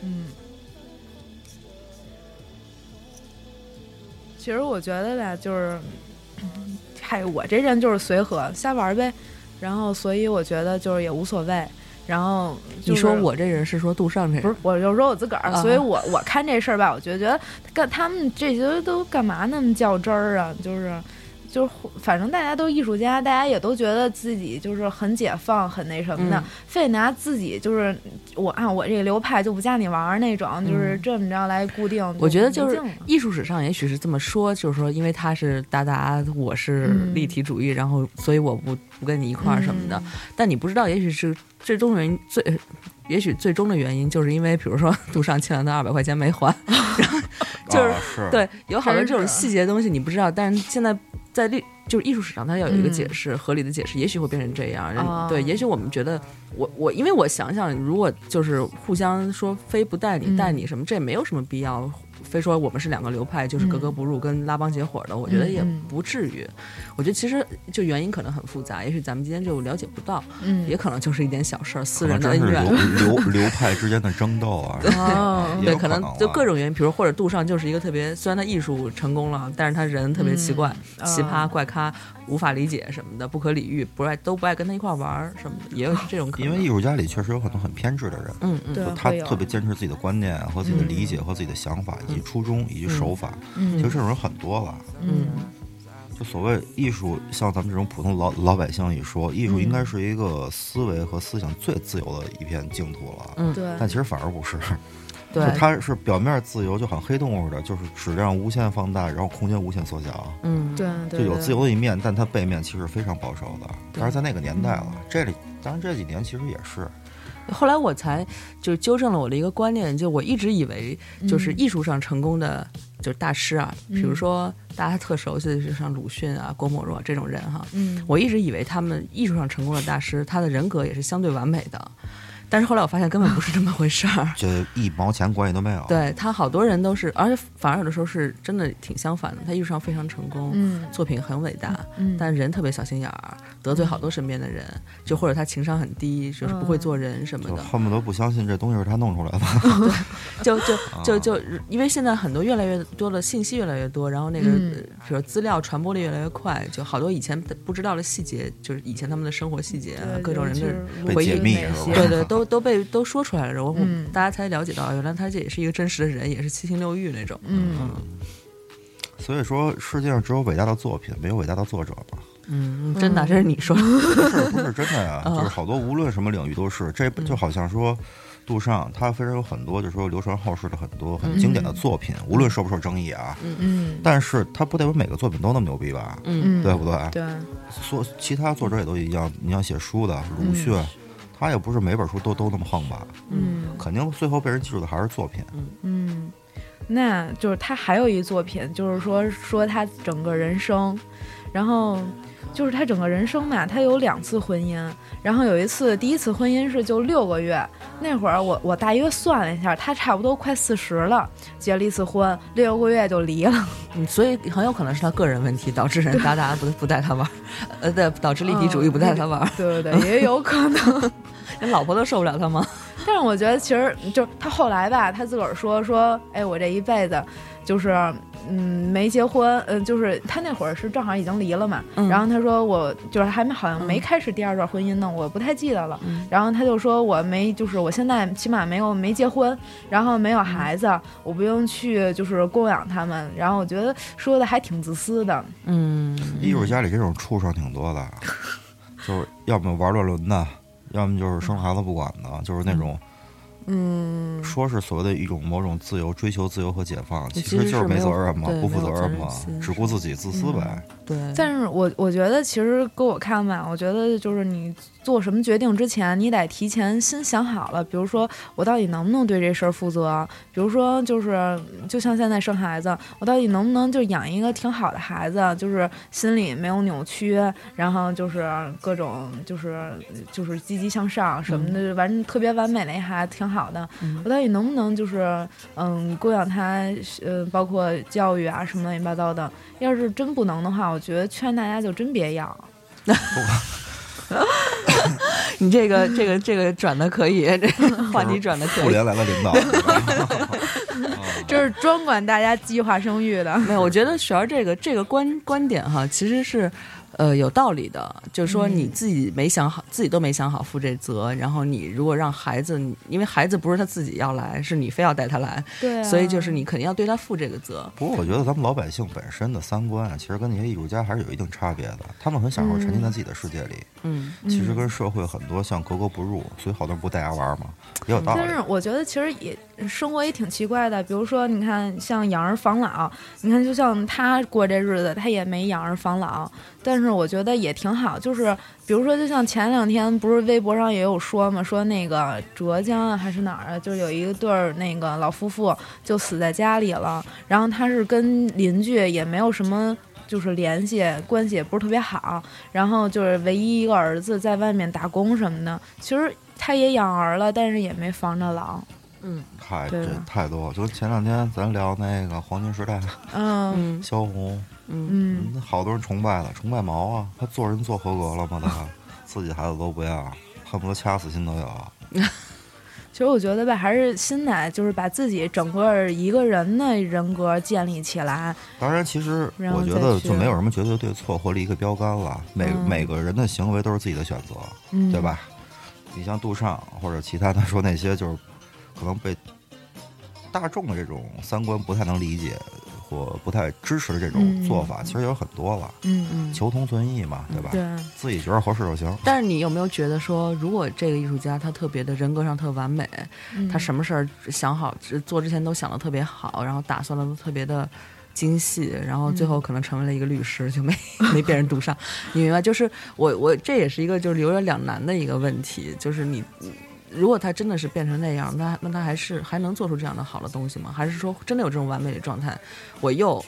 I: 嗯。其实我觉得吧，就是， 嗯嗨，我这人就是随和，瞎玩儿呗。然后，所以我觉得就是也无所谓。然后、
H: 你
I: 就是、
H: 说我这人是说杜尚这
I: 不
H: 人
I: 是，，我就说我自个儿，
H: 啊
I: 所以我我看这事儿吧，我就觉得干他们这些都干嘛那么较真儿啊？就是就是，反正大家都艺术家，大家也都觉得自己就是很解放、很那什么的，
H: 嗯
I: 非拿自己就是我按我这个流派就不加你玩儿那种，就是
H: 嗯
I: 这么着来固定。
H: 我觉得就是
I: 不敬了
H: 艺术史上也许是这么说，就是说，因为他是达达，我是
I: 嗯
H: 立体主义，然后所以我不不跟你一块儿什么的。但你不知道，也许是最终原因最，也许最终的原因就是因为，比如说杜尚欠了他二百块钱没还，就是
G: 啊是，
H: 对，有好多
I: 真
H: 这种
I: 是
H: 细节的东西你不知道，但是现在在历就是艺术史上，它要有一个解释，合理的解释，也许会变成这样。人
I: 嗯哦
H: 对，也许我们觉得，我我因为我想想，如果就是互相说非不带你
I: 嗯
H: 带你什么，这也没有什么必要。非说我们是两个流派，就是格格不入、跟拉帮结伙的，我觉得也
I: 嗯嗯嗯
H: 不至于。我觉得其实就原因可能很复杂，也许咱们今天就了解不到，
I: 嗯
H: 也可能就是一点小事儿，私
G: 可
H: 人
G: 能
H: 的
G: 真是
H: 恩怨。
G: 流流流派之间的争斗啊，是吧
I: 哦
G: 也
H: 对，
G: 有
H: 可
G: 可
H: 能
G: 能
H: 就
G: 啊
H: 各种原因，比如或者杜尚就是一个特别，虽然他艺术成功了，但是他人特别奇怪、
I: 嗯
H: 奇葩、
I: 哦
H: 怪咖，无法理解什么的，不可理喻，不爱都不爱跟他一块玩儿什么的，也有是这种可
G: 啊因
H: 能。
G: 为艺术家里确实有很多很偏执的人，
H: 嗯嗯，
I: 对，
G: 他
I: 会有
G: 特别坚持自己的观念和自己的理解和自己的想法，以及
H: 嗯
G: 初衷以及手法。其实这种人很多了。
I: 嗯
G: 就所谓艺术，像咱们这种普通老老百姓一说，艺术应
H: 嗯
G: 该是一个思维和思想最自由的一片净土了。
H: 嗯
I: 对
G: 但其实反而不是，
H: 对
G: 就，它是表面自由，就好像黑洞似的，就是质量无限放大，然后空间无限缩小，
H: 嗯
I: 对
G: 就
I: 对
G: 有
I: 对
G: 自由的一面，但它背面其实非常保守的。但是在那个年代
I: 嗯
G: 了，这里当然这几年其实也是，
H: 后来我才就纠正了我的一个观念，就我一直以为就是
I: 嗯
H: 艺术上成功的就是大师啊，比如说大家特熟悉的，就像鲁迅啊、郭沫若这种人哈、
I: 嗯
H: 我一直以为他们艺术上成功的大师，他的人格也是相对完美的，但是后来我发现根本不是这么回事儿。
G: 就一毛钱关系都没有。
H: 对他好多人都是，而且反而有的时候是真的挺相反的。他艺术上非常成功，
I: 嗯
H: 作品很伟大，
I: 嗯
H: 但人特别小心眼儿，得罪好多身边的人，就或者他情商很低，就是
I: 嗯
H: 不会做人什么
G: 就
H: 的。
G: 恨不得不相信这东西是他弄出来 的。
H: 就就就就，因为现在很多越来越多的信息越来越多，然后那个、
I: 嗯
H: 呃比如资料传播的越来越快，就好多以前不知道的细节，就是以前他们的生活细节啊，
I: 对
H: 各种人的
I: 就是
H: 回忆
G: 被解密
I: 那
G: 是吧
H: 对
I: 些
H: 对，都都被都说出来了，然后
I: 嗯
H: 大家才了解到，原来他这也是一个真实的人，也是七情六欲那种。
I: 嗯
G: 所以说，世界上只有伟大的作品，没有伟大的作者 嘛？
H: 嗯，真的，这是你说的，
G: 不是不是真的呀、
I: 啊
G: 就是好多无论什么领域都是，这
I: 嗯
G: 就好像说。杜尚他非常有很多，就是说流传后世的很多很经典的作品，无论受不受争议啊，
I: 嗯
G: 但是他不代表每个作品都那么牛逼吧，
I: 嗯
G: 对不对？
I: 对
G: 所其他作者也都一样，你像写书的鲁迅，他也不是每本书都都那么横吧，
I: 嗯。
G: 肯定最后被人记住的还是作品。
I: 嗯，那就是他还有一作品，就是说说他整个人生，然后就是他整个人生嘛，他有两次婚姻，然后有一次第一次婚姻是就六个月，那会儿我我大约算了一下，他差不多快四十了，结了一次婚，六个月就离了。
H: 嗯，所以很有可能是他个人问题导致人达达不不带他玩儿，呃，对，导致立体主义不带他玩儿，
I: 嗯对对对，也有可 能。嗯
H: 人老婆都受不了他吗？
I: 但是我觉得其实就是他后来吧，他自个儿说说，哎，我这一辈子就是嗯没结婚，嗯、就是他那会儿是正好已经离了嘛，
H: 嗯
I: 然后他说我就是还没好像没
H: 嗯
I: 开始第二段婚姻呢，我不太记得了。
H: 嗯
I: 然后他就说我没就是我现在起码没有没结婚，然后
H: 嗯
I: 没有孩子，我不用去就是供养他们。然后我觉得说的还挺自私的，
H: 嗯，
G: 艺术家里这种畜生挺多的，就是要么玩乱伦的，要么就是生孩子不管的，就是那种
I: 嗯，
G: 说是所谓的一种某种自由，追求自由和解放，
H: 其
G: 其
H: 实
G: 实就是是
H: 没有
G: 责任嘛
H: 对，
G: 不负
H: 没有
G: 责任嘛
H: 责任心，
G: 只顾自己，自私呗。
H: 对，
I: 但是我我觉得，其实搁我看吧，我觉得就是你做什么决定之前，你得提前先想好了。比如说，我到底能不能对这事儿负责？比如说，就是就像现在生孩子，我到底能不能就养一个挺好的孩子，就是心理没有扭曲，然后就是各种就是就是积极向上什么的，完、特别完美的一孩子挺好的。
H: 嗯
I: 我到底能不能就是嗯供养他，嗯，包括教育啊什么乱七八糟的。要是真不能的话，我觉得劝大家就真别要。
H: 你这个这个这个转的可以，这个话题转的可
G: 妇
H: 以。
G: 联来了领导，
I: 这是专管大家计划生育的。
H: 没有，我觉得璇儿这个这个观观点哈，其实是呃有道理的，就是说你自己没想好，自己都没想好负这责，然后你如果让孩子，因为孩子不是他自己要来，是你非要带他来，
I: 对、
H: 所以就是你肯定要对他负这个责。
G: 不过我觉得咱们老百姓本身的三观啊，其实跟那些艺术家还是有一定差别的。他们很享受沉浸在自己的世界里，
H: 嗯，
G: 其实跟社会很多像格格不入，所以好多人不带牙玩儿嘛，也有道
I: 但
G: 理
I: 是。我觉得其实也嗯生活也挺奇怪的，比如说你看像养儿防老，你看就像他过这日子，他也没养儿防老，但是我觉得也挺好。就是比如说，就像前两天不是微博上也有说嘛，说那个浙江啊还是哪儿啊，就是有一对儿那个老夫妇就死在家里了，然后他是跟邻居也没有什么。就是联系关系也不是特别好，然后就是唯一一个儿子在外面打工什么的，其实他也养儿了，但是也没防着老。
G: 太
I: 对啊
G: 这
I: 吧
G: 太多了，就前两天咱聊那个黄金时代，
I: 嗯
H: 嗯
G: 萧红，
I: 嗯，
G: 那好多人崇拜了，崇拜毛啊，他做人做合格了吗？ 他自己孩子都不要，恨不得掐死心都有。
I: 其实我觉得吧，还是心态，就是把自己整个一个人的人格建立起来。
G: 当然，其实
I: 然后
G: 我觉
I: 再
G: 得
I: 去
G: 就没有什么绝对对错或立一个标杆了，每、
I: 嗯
G: 每个人的行为都是自己的选择，
I: 嗯，
G: 对？吧？你像杜尚或者其他他说那些，就是可能被大众的这种三观不太能理解或不太支持的这种
I: 嗯
G: 做法，其实有很多了，
I: 嗯嗯，
G: 求同存异嘛，对吧？
I: 对，
G: 自己觉得合适就行。
H: 但是你有没有觉得说，如果这个艺术家他特别的人格上特完美，
I: 嗯
H: 他什么事儿想好做之前都想的特别好，然后打算的都特别的精细，然后
I: 嗯
H: 最后可能成为了一个律师，就没没被人堵上。 你明白？就是我我这也是一个就是留着两难的一个问题，就是你。如果他真的是变成那样，那那他还是还能做出这样的好的东西吗？还是说真的有这种完美的状态？我又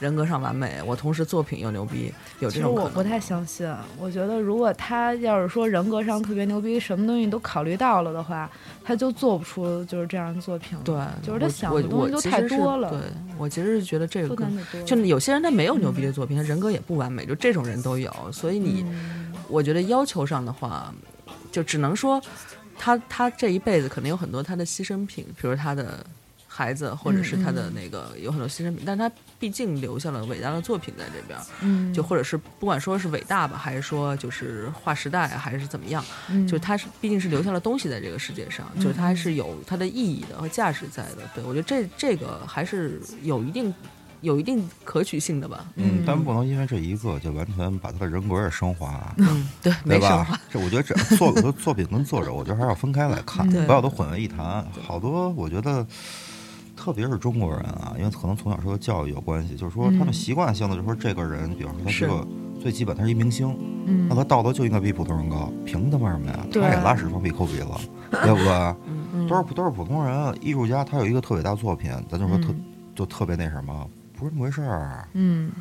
H: 人格上完美，我同时作品又牛逼，有
I: 其
H: 这
I: 实
H: 种可
I: 我
H: 能
I: 不太
H: 吗
I: 相信，我觉得如果他要是说人格上特别牛逼，什么东西都考虑到了的话，他就做不出就是这样的作品了。
H: 对，
I: 就是他
H: 我
I: 想
H: 我
I: 的东西
H: 我
I: 就
H: 其
I: 太
H: 实是
I: 多了
H: 对我其实是觉得这个
I: 多
H: 跟
I: 难得多了。嗯
H: 就有些人他没有牛逼的作品，他人格也不完美，就这种人都有。所以你，
I: 嗯
H: 我觉得要求上的话，就只能说他他这一辈子可能有很多他的牺牲品，比如他的孩子，或者是他
I: 嗯
H: 的那个有很多牺牲品，但他毕竟留下了伟大的作品在这边儿，
I: 嗯，
H: 就或者是不管说是伟大吧，还是说就是划时代啊，还是怎么样，
I: 嗯
H: 就是它是毕竟是留下了东西在这个世界上，就是它还是有它的意义的和价值在的。对我觉得这这个还是有一定有一定可取性的吧。
G: 嗯，但不能因为这一个就完全把他的人格也升华、
H: 嗯， 对，
G: 对
H: 没事儿。
G: 吧？这我觉得这作和作品跟作者，我觉得还是要分开来看，
H: 对
G: 不要都混为一谈。好多我觉得，特别是中国人啊，因为可能从小受的教育有关系，就是说他们习惯性的就说这个人，比方说他
H: 嗯是
G: 这个最基本他是一明星，
I: 嗯
G: 那他道德就应该比普通人高，凭他妈什么呀？他
I: 对
G: 也拉屎放屁抠鼻子，对不
H: 嗯
G: 对？ 都是都是普通人。艺术家他
H: 嗯
G: 有一个特伟大作品，咱就说特就特别那什么，不是那么回事儿。
I: 嗯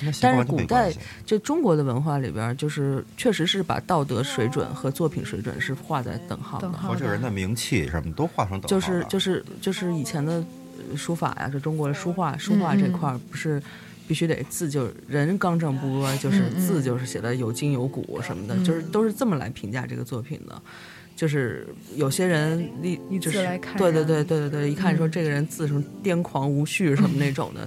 G: 那习
H: 但
G: 惯
H: 是
G: 啊跟你
H: 古
G: 没关
H: 代
G: 系
H: 这中国的文化里边儿，就是确实是把道德水准和作品水准是画在等号的
I: 等。号
G: 和这个人的名气什么都画上等号
H: 就是
G: 了
H: 就是就是以前的呃书法呀，就中国的书画书画
I: 嗯
H: 这
I: 嗯
H: 块儿不是。必须得字就是人刚正不阿，就是
I: 嗯嗯嗯
H: 字就是写的有筋有骨什么的，就是都是这么来评价这个作品的。就是有些人一
I: 以
H: 就
I: 字
H: 是
I: 来看
H: 对对
I: 人
H: 对对对对，一看说
I: 嗯
H: 这个人字什么癫狂无序什么那种的。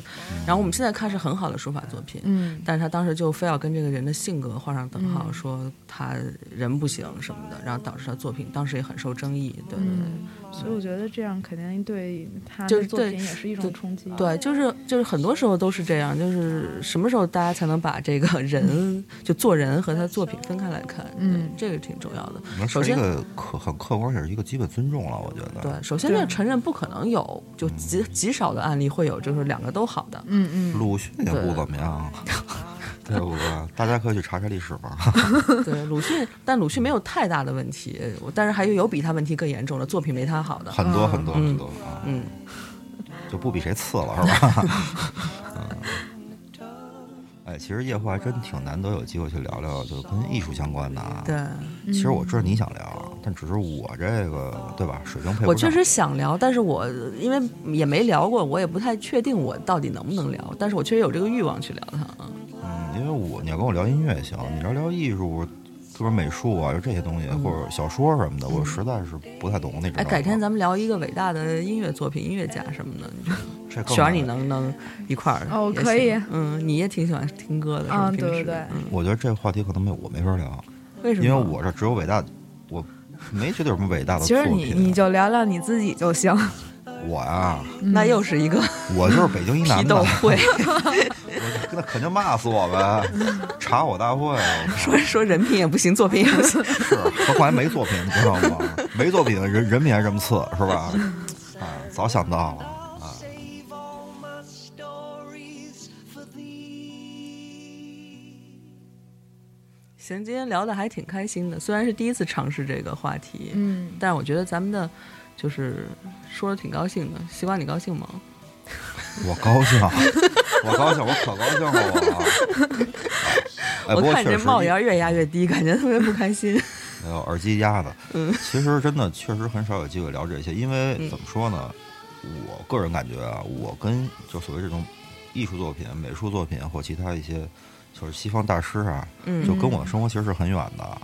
H: 然后我们现在看是很好的书法作品，
I: 嗯
H: 但是他当时就非要跟这个人的性格画上等号，
I: 嗯
H: 说他人不行什么的，然后导致他作品当时也很受争议。对对对。
I: 嗯，所以我觉得这样肯定对他
H: 就
I: 的
H: 是
I: 作
H: 对
I: 品也是一
H: 对
I: 种冲击。
H: 对，就是就是很多时候都是这样，就是什么时候大家才能把这个人就做人和他作品分开来看？
I: 嗯
H: 对这个挺重要的。
G: 可能
H: 首
G: 是一
H: 先
G: 个客很客观，也是一个基本尊重了，我觉得。
H: 对，首先就承认不可能有，就极极少的案例会有，就是两个都好 的。
I: 嗯嗯，
G: 鲁迅也不怎么 样，对不对？大家可以去查查历史吧。
H: 对，鲁迅，但鲁迅没有太大的问题，我但是还有有比他问题更严重的作品没他好的。
G: 很多很多
H: 嗯
G: 很多啊，
H: 嗯，
G: 就不比谁次了，是吧？ 嗯哎，其实夜话真挺难得有机会去聊聊，就跟艺术相关的啊。
H: 对，
G: 其
H: 嗯
G: 实我知道你想聊，但只是我这个对吧，水平配不上。
H: 我确实想聊，但是我因为也没聊过，我也不太确定我到底能不能聊，但是我确实有这个欲望去聊它。嗯
G: 嗯，因为我你要跟我聊音乐也行，你要聊艺术，就是美术啊，就这些东西，或者小说什么的，我实在是不太懂那种。
H: 嗯哎，改天咱们聊一个伟大的音乐作品、音乐家什么的，你就
G: 这更
H: 雪儿
G: 难
H: 你能能一块儿？
I: 哦
H: 也
I: 可以
H: 行嗯，你也挺喜欢听歌的，是吧？
I: 嗯
H: 平时
I: 对对对
H: 嗯，
G: 我觉得这个话题可能没我没法聊，
H: 为什
G: 因
H: 么？啊
G: 为我这只有伟大，我没觉得有什么伟大的
I: 其
G: 作
I: 实
G: 品。啊
I: 你你就聊聊你自己就行。
G: 我呀，
I: 嗯
H: 那又是一个
G: 我就是北京一
H: 批
G: 男的
H: 斗， 会，
G: 我那肯定骂死我呗，查我大会，我操
H: 说说人品也不行，作品也不行。
G: 是，何况还没作品，你知道吗？没作品，人人品还这么次，是吧？啊，早想到了啊。
H: 行，今天聊的还挺开心的，虽然是第一次尝试这个话题，
I: 嗯，
H: 但是我觉得咱们的就是说的挺高兴的。西瓜，你高兴吗？
G: 我高兴，我高兴，我可高兴了，我。哎，
H: 我
G: 不过
H: 看
G: 确
H: 你
G: 实
H: 这
G: 是，
H: 帽檐越压越低，感觉特别不开 心。
G: 没有呃耳机压的。 其实真的确实很少有机会聊这些，因为怎么说呢，我个人感觉啊，我跟就所谓这种艺术作品、美术作品或其他一些就是西方大师啊，
H: 嗯
G: 就跟我的生活其实是很远的。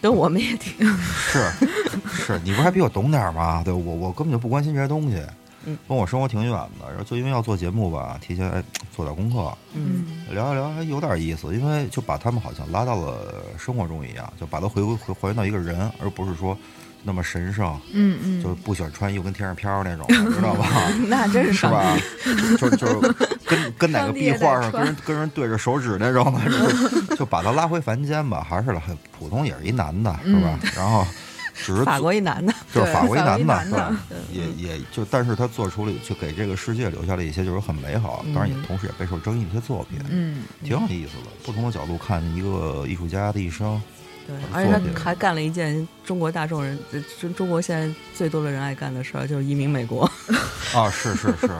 H: 跟我们也挺
G: 是是，你不是还比我懂点儿吗？对我我根本就不关心这些东西，
H: 嗯
G: 跟我生活挺远的。然后就因为要做节目吧，提前哎做点功课，
H: 嗯
G: 聊一聊还有点意思，因为就把他们好像拉到了生活中一样，就把它回归回还原到一个人，而不是说那么神圣，
I: 嗯嗯，
G: 就是不喜欢穿衣服跟天上飘那种，你知道 吧？
H: 那真是
G: 是
H: 上帝
G: 吧？就是就是跟跟哪个
I: 上帝
G: 壁
I: 也得
G: 画上跟
I: 穿
G: 人跟人对着手指那种的，就是 就把他拉回凡间吧。还是很普通，也是一男的，是吧？然后 只是
H: 法国一男的，
G: 就是
I: 嗯对
G: 法国一
I: 法国
G: 男
I: 一
G: 的，
I: 男
G: 对
I: 的嗯
G: 吧，也也就，但是他做出了就给这个世界留下了一些就是很美好，当然也同时也备受争议的一些作品，
I: 嗯
G: 挺有意思的。不同的角度看一个艺术家的一生，
H: 对
G: 不，
H: 而且
G: 错
H: 他还干了一件中国大众人，呃中中国现在最多的人爱干的事儿，就是移民美国。
G: 啊，是是 是，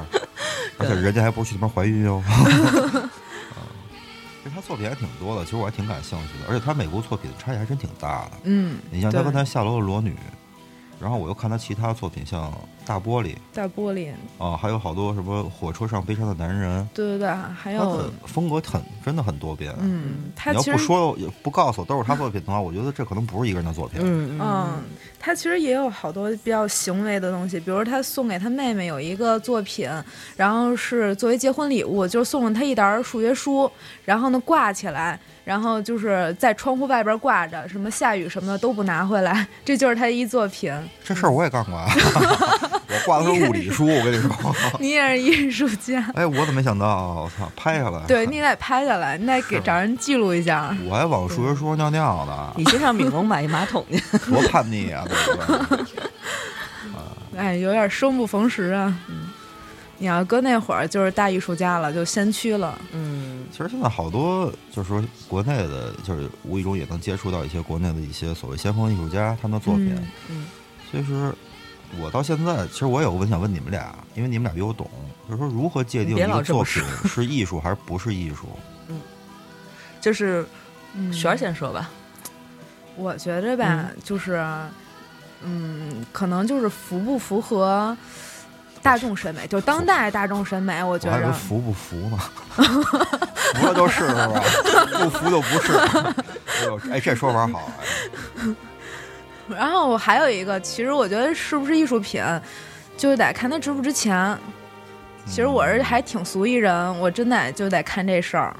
G: 而且人家还不是去那边怀孕哟。 啊其实他作品还挺多的，其实我还挺感兴趣的，而且他美国作品差异还真挺大的。
I: 嗯，
G: 你像他
I: 对
G: 刚才下楼的裸女，然后我又看他其他作品，像大玻璃
I: 大玻璃，
G: 啊，还有好多什么火车上悲伤的男人，
I: 对对对，还
G: 他的
I: 有
G: 风格很真的很多变。
I: 嗯，他
G: 你要
I: 其
G: 不
I: 实
G: 说也不告诉我都是他作品的话，我觉得这可能不是一个人的作品。
H: 嗯
I: 嗯，他其实也有好多比较行为的东西，比如他送给他妹妹有一个作品，然后是作为结婚礼物，就是送了他一沓数学书，然后呢挂起来，然后就是在窗户外边挂着，什么下雨什么的都不拿回来，这就是他一作品。
G: 这事儿我也干过 啊，我挂的是物理书，我跟你说。
I: 你也是艺术家，
G: 哎，我怎么没想到啊？我操，拍下来。
I: 对你得拍下来，你得给找人记录一下。
G: 我还往数学书上尿尿呢，
H: 你先上闽龙买一马桶去。
G: 多叛逆啊！对不对？
I: 哎，有点生不逢时啊。嗯，你要搁那会儿就是大艺术家了，就先驱了。
H: 嗯，
G: 其实现在好多就是说国内的，就是无意中也能接触到一些国内的一些所谓先锋艺术家他们的作品。
I: 嗯
H: 嗯
G: 其实我到现在，其实我有个问题想问你们俩，因为你们俩比我懂，就是说如何界定
H: 别
G: 一
H: 老
G: 个
H: 这
G: 作
H: 么
G: 品是艺术还是不是艺术？
H: 就是
I: 嗯
H: 璇儿先说吧，
I: 我觉着吧，就是，嗯，可能就是符不符合大众审美，就是当代大众审美，我觉啊
G: 我还以为
I: 着
G: 服不服呢， 服了就是是吧？ 不服就不是。哎呦，哎，这说法好。哎
I: 然后我还有一个，其实我觉得是不是艺术品，就是得看它值不值钱。其实我
G: 嗯
I: 是还挺俗一人，我真得就得看这事儿，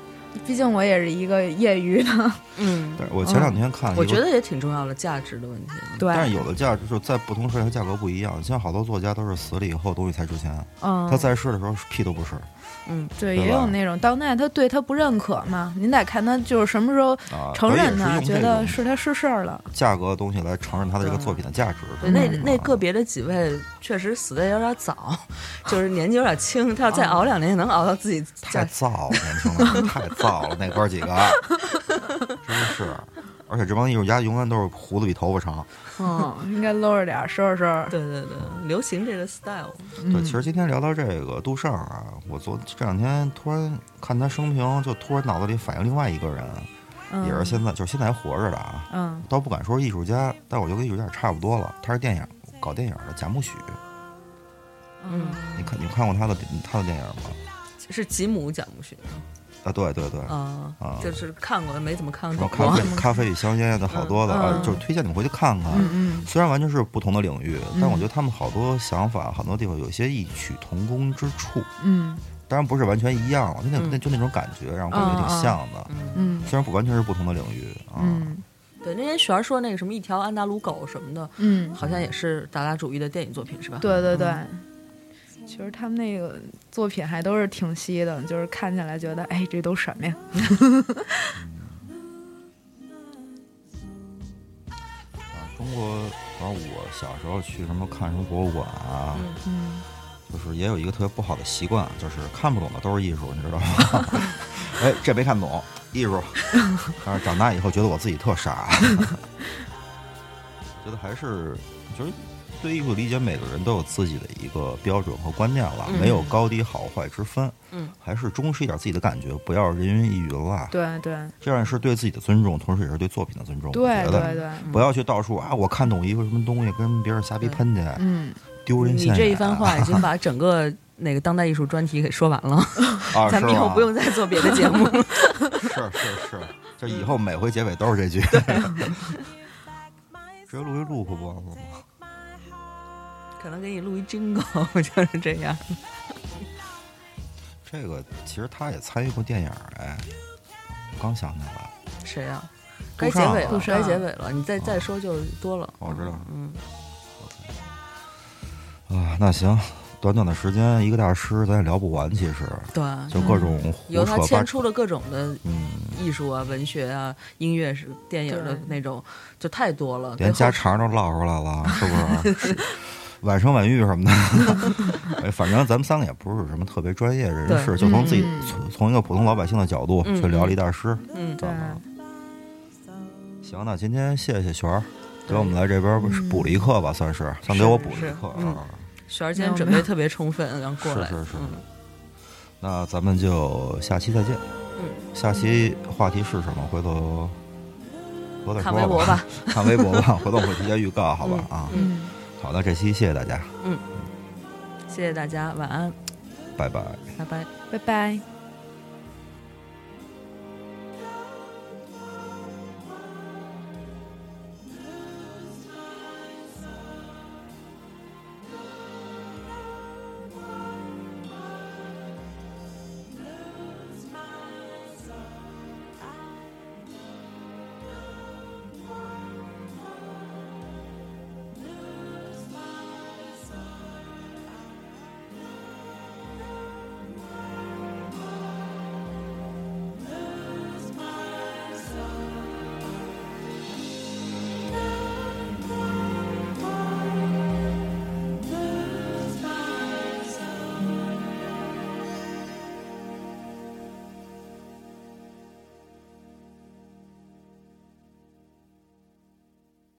I: 毕竟我也是一个业余的。
H: 嗯，
G: 但是我前两天看了一个，
H: 我觉得也挺重要的，价值的问题。
G: 但
I: 对，
G: 是有的价值就是在不同时代它价格不一样，像好多作家都是死了以后东西才值钱，
I: 嗯，
G: 他在世的时候屁都不是
H: 嗯，
I: 对，
G: 对
I: 也有
G: 吧
I: 那种当代他对他不认可嘛，您得看他就是什么时候
G: 啊。
I: 承认
G: 他
I: 他，
G: 也是
I: 觉
G: 用这
I: 得
G: 种
I: 是他是事儿了。
G: 价格的东西来承认他的这个作品的价值。
H: 对那那个别的几位确实死的有点早，就是年纪有点轻，他要再熬两年，也能熬到自己
G: 太
H: 价。
G: 燥了，年轻人太燥了，那哥儿几个 真是。而且这帮艺术家永远都是胡子比头发长。
I: 嗯，应该搂着点儿，收拾收拾。
H: 对对对，流行这个 style，
G: 对，
H: 嗯
G: 其实今天聊到这个杜尚啊，我昨这两天突然看他生平，就突然脑子里反应另外一个人，
I: 嗯
G: 也是现在就是现在还活着的啊，
I: 嗯
G: 倒不敢说是艺术家，但我觉得跟艺术家也差不多了。他是电影搞电影的贾木许，
I: 嗯
G: 你看你看过他的他的电影吗？
H: 是吉姆贾木许
G: 啊，对对
I: 嗯
G: 对，
H: 啊
G: 啊，
H: 就是看过没怎么看
G: 什
H: 过
G: 么。咖啡咖啡与香烟的好多的啊，就是推荐你回去看看。
I: 嗯
G: 虽然完全是不同的领域，但我觉得他们好多想法、很多地方有一些异曲同工之处。
I: 嗯
G: 当然不是完全一样了，就那
H: 嗯
G: 那就那种感觉，让我感觉挺像的。
I: 嗯
G: 虽然不完全是不同的领域啊，
I: 嗯
H: 对，那天璇儿说那个什么一条安达鲁狗什么的，
I: 嗯，
H: 好像也是达达主义的电影作品是吧？
I: 对对对。
G: 嗯
I: 其实他们那个作品还都是挺稀的，就是看起来觉得，哎，这都什么呀？
G: 啊中国，反正我小时候去什么看什么博物馆啊，
I: 嗯
G: 就是也有一个特别不好的习惯，啊就是看不懂的都是艺术，你知道吗？ 哎，这没看懂，艺术。但是长大以后觉得我自己特傻，觉得还是就是对艺术理解，每个人都有自己的一个标准和观念了，没有高低好坏之分。
H: 嗯，
G: 还是忠实一点自己的感觉，不要人云亦云了。
I: 对对
G: 这样是对自己的尊重，同时也是对作品的尊重。我
I: 对
G: 觉得
I: 对对，
H: 嗯
G: 不要去到处啊，我看懂一个什么东西，跟别人瞎逼喷去，
I: 嗯，
G: 丢人
H: 你
G: 现眼。
H: 这一番话 已经把整个那个当代艺术专题给说完了，
G: 啊，
H: 咱们以
G: 是
H: 后
G: 吧
H: 不用再做别的节目了。
G: 是是
H: 嗯
G: 是，就以后每回结尾都是这句。 直接录一录不不完了吗？
H: 可能给你录一 jingle，就是 这样。
G: 这个其实他也参与过电影儿，哎，我刚想起来，
H: 谁啊？
G: 杜
H: 该
G: 尚
H: 结尾
G: 杜
H: 了，
I: 尚
H: 该结尾了，你再再说就多了。
G: 啊哦我知道
H: 嗯，
G: 啊，那行，短短的时间，一个大师咱也聊不完，其实
H: 对，
G: 就各种胡
H: 由
G: 扯
H: 嗯他
G: 八
H: 牵
G: 扯，
H: 出了各种的
G: 嗯，
H: 艺术啊、文学啊、音乐、是电影的
I: 对
H: 那种，就太多了。
G: 连
H: 对
G: 家
H: 后
G: 常都唠出来了，是不 是？是晚生晚育什么的， 哎，反正咱们三个也不是什么特别专业人士，
H: 对
G: 就从自己、
I: 嗯
G: 从从一个普通老百姓的角度
H: 嗯
G: 去聊了一大师，
H: 嗯，
I: 对，
G: 行，那今天谢谢璇儿，给我们来这边儿补了一课吧，算是算给我补了一课
H: 嗯是嗯
G: 啊。
H: 璇儿今天
I: 没有
H: 准备特别充分，然后过
G: 是
H: 来。
G: 是是
H: 嗯，
G: 那咱们就下期再见。
H: 嗯，
G: 下期话题是什么？回头我再
H: 看
G: 说
H: 微 博吧，
G: 看微博吧，回头我会提前预告，好吧？啊，
I: 嗯。
G: 好，那这期谢谢大家，
H: 谢谢大家，晚安，
G: 拜拜。
H: 拜拜。
I: 拜拜。